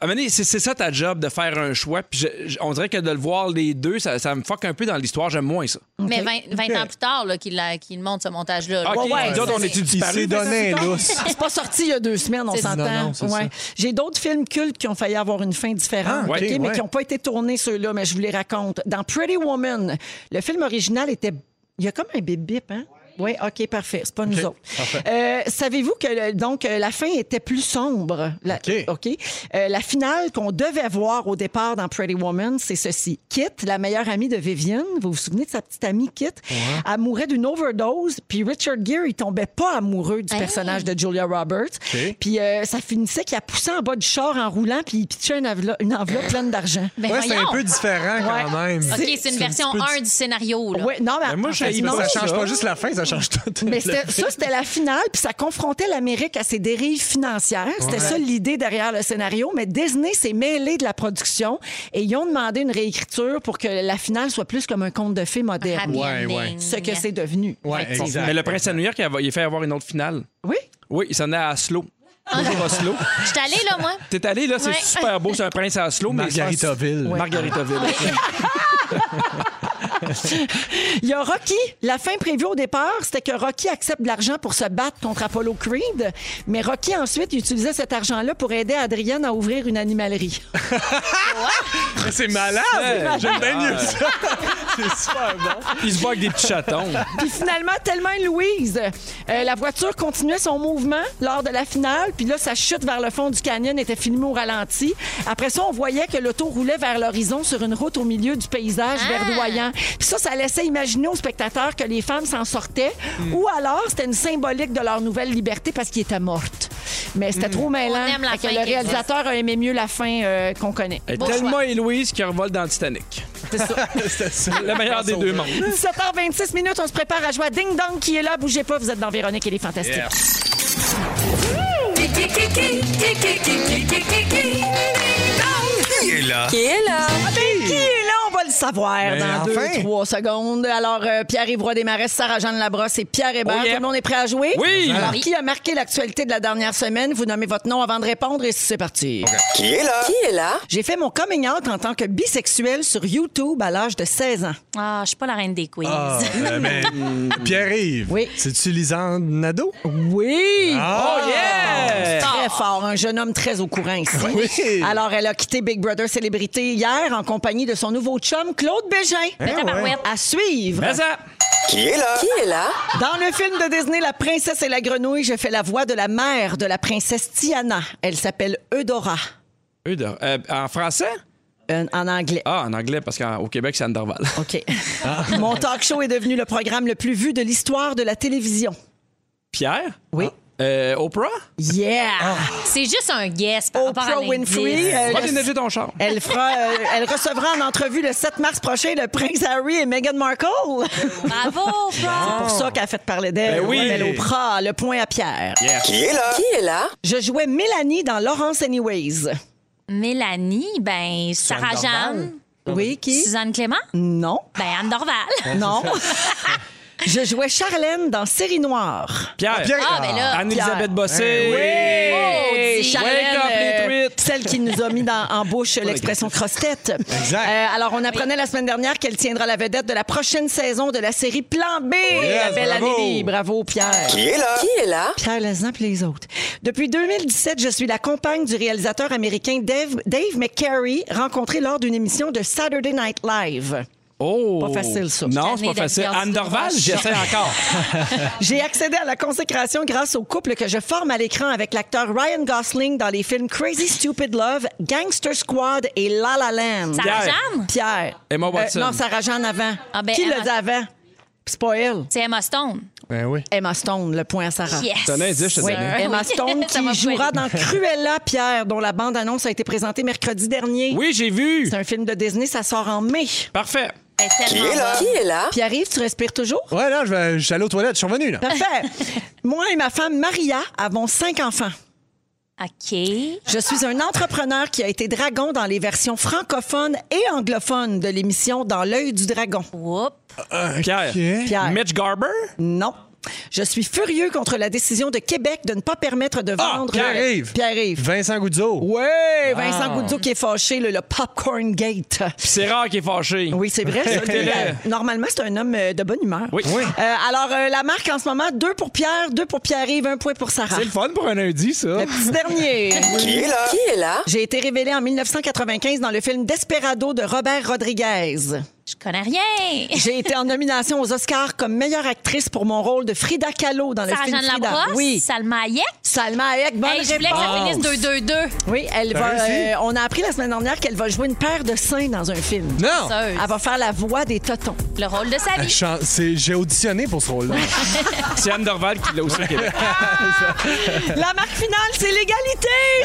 D: À un moment donné, C'est c'est ça ta job de faire un choix. Puis je- je- on dirait que de le voir les deux, ça, ça me fuck un peu dans l'histoire. J'aime moins ça.
C: Mais 20, 20 ans plus tard là, qu'il la- qu'il montre ce montage-là. là.
D: Ok,
B: ouais,
D: nous autres,
B: ça,
D: on est-tu
A: Il s'est
D: disparus?
A: donné un lousse.
B: c'est pas sorti il y a deux semaines, on
C: C'est-
A: Non,
B: s'entend.
A: non, c'est
B: Ouais. J'ai d'autres films cultes qui ont failli avoir une fin différente,
A: Ah, ok,
B: ok, mais
A: ouais.
B: qui n'ont pas été tournés ceux-là, mais je vous les raconte. Dans Pretty Woman, le film original était, il y a comme un bip bip, hein. Oui, OK, parfait. C'est pas nous autres. Euh, Savez-vous que le- donc euh, la fin était plus sombre? La,
A: OK.
B: OK. Euh, la finale qu'on devait voir au départ dans Pretty Woman, c'est ceci. Kit, la meilleure amie de Vivian, vous vous souvenez de sa petite amie Kit, elle mourait d'une overdose, puis Richard Gere, il tombait pas amoureux du
C: Hey.
B: personnage de Julia Roberts.
A: OK.
B: Puis euh, ça finissait qu'il a poussé en bas du char en roulant, puis il pitchait une, envelo- une enveloppe pleine d'argent.
C: Ben
A: Ouais, c'est un
C: voyons.
A: peu différent quand même.
C: OK, c'est une version
A: petit peu
C: 1 du scénario. Là.
B: Ouais, non, mais,
D: moi,
B: en
D: j'ai
B: fait,
D: haï
B: non,
A: Ça change
D: ça.
A: pas juste la fin, ça change tout. *laughs*
B: Mais c'était- ça, c'était la finale, puis ça confrontait l'Amérique à ses dérives financières. C'était ça l'idée derrière le scénario, mais Disney s'est mêlé de la production et ils ont demandé une réécriture pour que la finale soit plus comme un conte de fées moderne.
C: Happy
A: Ouais,
C: ending.
A: ouais.
B: Ce que c'est devenu.
A: Ouais,
B: effectivement.
A: exact.
D: Mais le prince à New York, il a- il a fait avoir une autre finale.
B: Oui.
D: Oui, il s'en est à Oslo. Toujours Oslo.
C: Je suis allée, là, moi.
D: T'es allé, là, c'est
C: Ouais.
D: super beau, c'est un prince à Oslo. mais-
A: Margaritaville.
D: Margaritaville.
B: Il y a Rocky. La fin prévue au départ, c'était que Rocky accepte de l'argent pour se battre contre Apollo Creed. Mais Rocky, ensuite, utilisait cet argent-là pour aider Adrienne à ouvrir une animalerie.
A: Mais *laughs* C'est malade! J'aime bien mieux ça! C'est super bon.
D: Il se bat avec des petits chatons.
B: Puis finalement, tellement Louise, euh, la voiture continuait son mouvement lors de la finale. Puis là, sa chute vers le fond du canyon était filmée au ralenti. Après ça, on voyait que l'auto roulait vers l'horizon sur une route au milieu du paysage
C: Ah!
B: verdoyant. Puis ça, ça laissait imaginer aux spectateurs que les femmes s'en sortaient.
C: Hmm.
B: Ou alors, c'était une symbolique de leur nouvelle liberté parce qu'ils étaient mortes. Mais c'était trop mêlant.
C: Hmm. On aime la
B: Fait que
C: fin
B: le
C: qui existe.
B: réalisateur a aimé mieux la fin euh, qu'on
C: *laughs*
B: connaît.
D: Elle est
C: Beau
D: tellement
C: choix.
D: Héloïse qui revole dans Titanic.
B: C'est ça. *laughs*
A: C'était ça.
D: Le meilleur des deux mondes.
B: 17h26 minutes, on se prépare à jouer à Ding Dong qui est là. Bougez pas, vous êtes dans Véronique et les Fantastiques.
H: Qui est là?
B: Qui est là? On va le savoir dans
A: enfin.
B: deux, trois secondes. Alors, euh, Pierre-Yves Roy Desmarais, Sarah-Jeanne Labrosse et Pierre Hébert.
D: Oh yeah.
B: Tout le monde est prêt à jouer?
D: Oui.
B: Alors, qui a marqué l'actualité de la dernière semaine? Vous nommez votre nom avant de répondre et c'est parti.
H: Qui est là?
B: J'ai fait mon coming out en tant que bisexuel sur YouTube à l'âge de 16 ans.
C: Ah, je suis pas la reine des quiz.
A: Ah, euh, mais, Pierre-Yves,
B: Oui.
A: c'est-tu Lisande Nadeau?
B: Oui!
A: Ah!
D: Oh yeah!
B: Très fort, un jeune homme très au courant ici.
A: Oui.
B: Alors, elle a quitté Big Brother Célébrité hier en compagnie de son nouveau chum, Claude Bégin.
C: Mais
A: Ah,
C: tabarouette.
B: À suivre.
D: Mais ça,
H: Qui est là?
B: Dans le film de Disney La princesse et la grenouille, je fais la voix de la mère de la princesse Tiana. Elle s'appelle Eudora
D: Eux de- euh, en français?
B: euh, en anglais.
D: Ah, en anglais, parce qu'au Québec, c'est Anderval.
B: OK.
D: Ah.
B: Mon talk show est devenu le programme le plus vu de l'histoire de la télévision.
D: Pierre?
B: Oui.
D: Euh, Oprah?
B: Yeah!
C: *laughs*
D: Ah.
C: C'est juste un guess par rapport à
B: Oprah
C: l'indice.
B: Winfrey. euh,
D: Va
B: le-
D: déneiger ton char.
B: elle, fera, euh, elle recevra en entrevue le 7 mars prochain le prince Harry et Meghan Markle.
C: Bravo, Oprah.
B: pour ça qu'elle a fait parler d'elle.
D: Oh. Ben oui.
B: Elle Oprah, le point à Pierre.
H: Qui est là?
B: Je jouais Mélanie dans Laurence Anyways.
C: Mélanie, ben, Sarah
A: Dorval.
C: Jeanne,
B: Oui, qui?
C: Suzanne Clément,
B: Non.
C: ben, Anne Dorval.
B: Non. *laughs* Je jouais Charlène dans Série Noire.
D: Pierre.
A: Pierre-
C: Ah, ben là.
D: Anne-Elisabeth Bossé.
C: Hey,
D: Wake up,
C: euh,
H: euh,
D: les truites.
B: celle qui nous a mis dans, en bouche l'expression cross-tête.
A: Exact.
B: Euh, alors, on apprenait la semaine dernière qu'elle tiendra la vedette de la prochaine saison de la série Plan B.
A: Yes,
B: la belle
A: bravo.
B: Amélie. Bravo, Pierre.
H: Qui est là?
B: Pierre Lesnan puis les autres. Depuis 2017, je suis la compagne du réalisateur américain Dave, Dave McCary, rencontré lors d'une émission de Saturday Night Live.
D: Oh.
B: Pas facile, ça.
D: Non, c'est
C: Année
D: pas facile.
C: d'Alliance
D: Anne Dorval,
C: Roche.
D: j'essaie
B: *laughs*
D: encore.
B: J'ai accédé à la consécration grâce au couple que je forme à l'écran avec l'acteur Ryan Gosling dans les films Crazy Stupid Love, Gangster Squad et La La Land.
C: Sarah
D: Pierre.
C: Jeanne,
B: Pierre. Euh,
D: Emma Watson.
B: non, Sarah Jeanne avant.
C: Ah, ben,
B: Qui
C: Emma-
B: le dit avant? C'est pas elle.
C: c'est Emma Stone.
A: Ben oui.
B: Emma Stone, le point à Sarah.
C: Yes.
D: C'est un indice, je te
B: Oui,
D: donnais.
B: Emma
C: Oui.
B: Stone
C: *laughs* Ça m'a
B: qui jouera
C: fait-
B: dans Cruella, Pierre, dont la bande-annonce a été présentée mercredi dernier.
D: Oui, j'ai vu.
B: C'est un film de Disney, ça sort en mai.
D: Parfait.
C: Elle est tellement bonne.
B: Puis arrive, tu respires toujours?
C: *laughs*
A: Ouais, là, je vais- je suis allé aux toilettes, je suis revenu, là.
B: Parfait. Moi et ma femme Maria avons cinq enfants.
C: OK.
B: Je suis un entrepreneur qui a été dragon dans les versions francophones et anglophones de l'émission Dans l'œil du dragon.
C: Whoop.
D: Pierre.
A: Ok.
B: Pierre.
D: Mitch Garber?
B: Non. Je suis furieux contre la décision de Québec de ne pas permettre de
A: Ah,
B: vendre. euh,
A: Pierre-Yves. Ah.
B: Pierre-Yves.
A: Vincent Goudzo.
B: Ouais, Vincent Goudzou qui est fâché, le, le Popcorn Gate.
D: Puis c'est rare qu'il est fâché.
B: Oui, c'est vrai.
D: *laughs*
B: ça. Euh,
D: C'est vrai.
B: Normalement, c'est un homme euh, de bonne humeur.
D: Oui. Oui.
B: Euh, alors, euh, la marque en ce moment, deux pour Pierre, deux pour Pierre-Yves, un point pour Sarah.
D: C'est le fun pour un lundi, ça.
B: Le petit dernier.
H: *laughs* Qui est là? Qui est là?
B: J'ai été révélée en 1995 dans le film Desperado de Robert Rodriguez.
C: Je connais rien.
B: J'ai été en nomination aux Oscars comme meilleure actrice pour mon rôle de Frida Kahlo dans le
C: Sarah
B: film
C: Jeanne
B: Frida.
C: Labrosse.
B: Oui.
C: Salma Hayek.
B: Salma Hayek, bonne
C: Hey, je voulais que ça
B: réponse.
C: finisse 2-2-2.
B: Oui, elle
A: T'as
B: va.
A: réussi?
B: euh, on a appris la semaine dernière qu'elle va jouer une paire de seins dans un film.
A: Non!
C: Ça, euh,
B: Elle va faire la voix des totons.
C: Le rôle de sa
A: Elle
C: vie.
A: chan- c'est- J'ai auditionné pour ce rôle-là.
D: C'est Anne Dorval qui l'a aussi au
B: *laughs*
D: Québec.
B: La marque finale, c'est l'égalité.
A: Hey,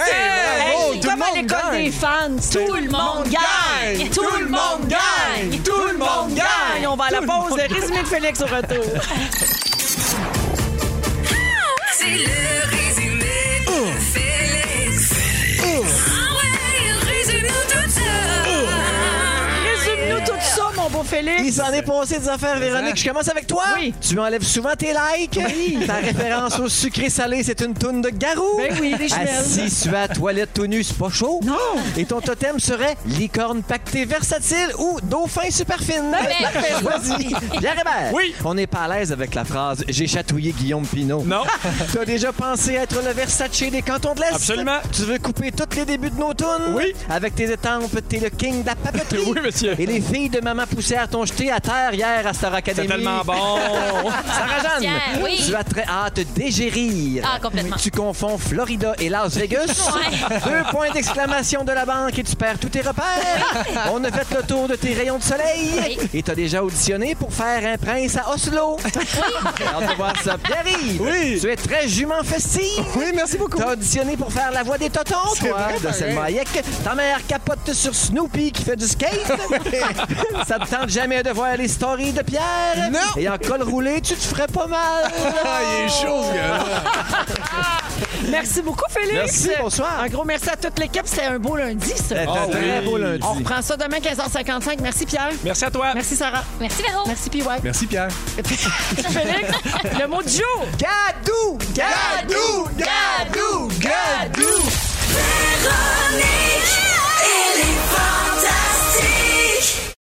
A: bravo,
I: Oh,
B: c'est
A: tout le
B: comme à
A: monde
B: l'école
A: gagne.
B: des fans. Tout, le monde gagne. Tout le monde gagne. Tout le monde gagne. On va à la pause. Le résumé de Félix au retour.
J: C'est le résumé de Félix. Ah ouais, résume-nous tout ça.
B: Résume-nous tout ça, mon beau Félix. Félix.
I: Il s'en est passé des affaires, Véronique. Je commence avec toi.
B: Oui.
I: Tu enlèves souvent tes likes. Ta référence au sucré-salé, c'est une toune de garou.
B: Ben oui, des
A: Ah,
B: jumelles.
I: Assis sur la toilette tout nu, c'est pas chaud.
B: Non.
I: Et ton totem serait licorne pactée versatile ou dauphin super fine.
C: Parfait.
I: *laughs*
C: *laughs*
I: Choisis. Pierre Hébert.
D: Oui.
I: On n'est pas à l'aise avec la phrase « J'ai chatouillé Guillaume Pinot ». *laughs*
D: Non.
I: Tu as déjà pensé être le Versace des cantons de l'Est?
D: Absolument.
I: Tu veux couper tous les débuts de nos tunes?
D: Oui.
I: Avec tes étampes, t'es le
D: *laughs*
I: king de la papeterie.
D: Oui, monsieur.
I: Et les filles de Maman Poussière t'ont jeté à terre hier à Star Academy.
D: C'est tellement
I: *laughs*
B: *laughs*
D: bon.
I: Sarah-Jeanne,
C: Tiens, oui.
I: tu as très hâte de dégérir.
C: Ah, complètement.
I: Tu confonds Florida et Las Vegas.
C: *laughs* Ouais.
I: Deux points d'exclamation de la banque et tu perds tous tes repères. On a fait le tour de tes rayons de soleil.
C: Oui.
I: Et t'as déjà auditionné pour faire un prince à Oslo. *laughs* J'ai hâte de voir ça. Pierre-Yves,
A: Oui.
I: tu es très jument festive.
A: Oui, merci beaucoup.
I: T'as auditionné pour faire la voix des totons,
A: C'est
I: toi,
A: vrai, ben
I: de
A: pareil.
I: Selma Hayek. Ta mère capote sur Snoopy qui fait du skate. ça te tente jamais de voir les stories de Pierre.
A: Non.
I: Et en col roulé, tu te ferais pas mal.
A: Ah, il est chaud, ce gars-là.
B: Merci beaucoup, Félix.
I: Merci, bonsoir.
B: Un gros merci à toute l'équipe. C'était un beau lundi, ça.
I: T'as un très beau lundi.
G: On reprend ça demain, 15h55. Merci, Pierre.
D: Merci à toi.
G: Merci, Sarah.
C: Merci, Véro.
G: Merci, PY.
A: Merci, Pierre.
G: Félix, le mot du jour.
I: Gadou! Gadou! Gadou! Gadou!
K: Véronique.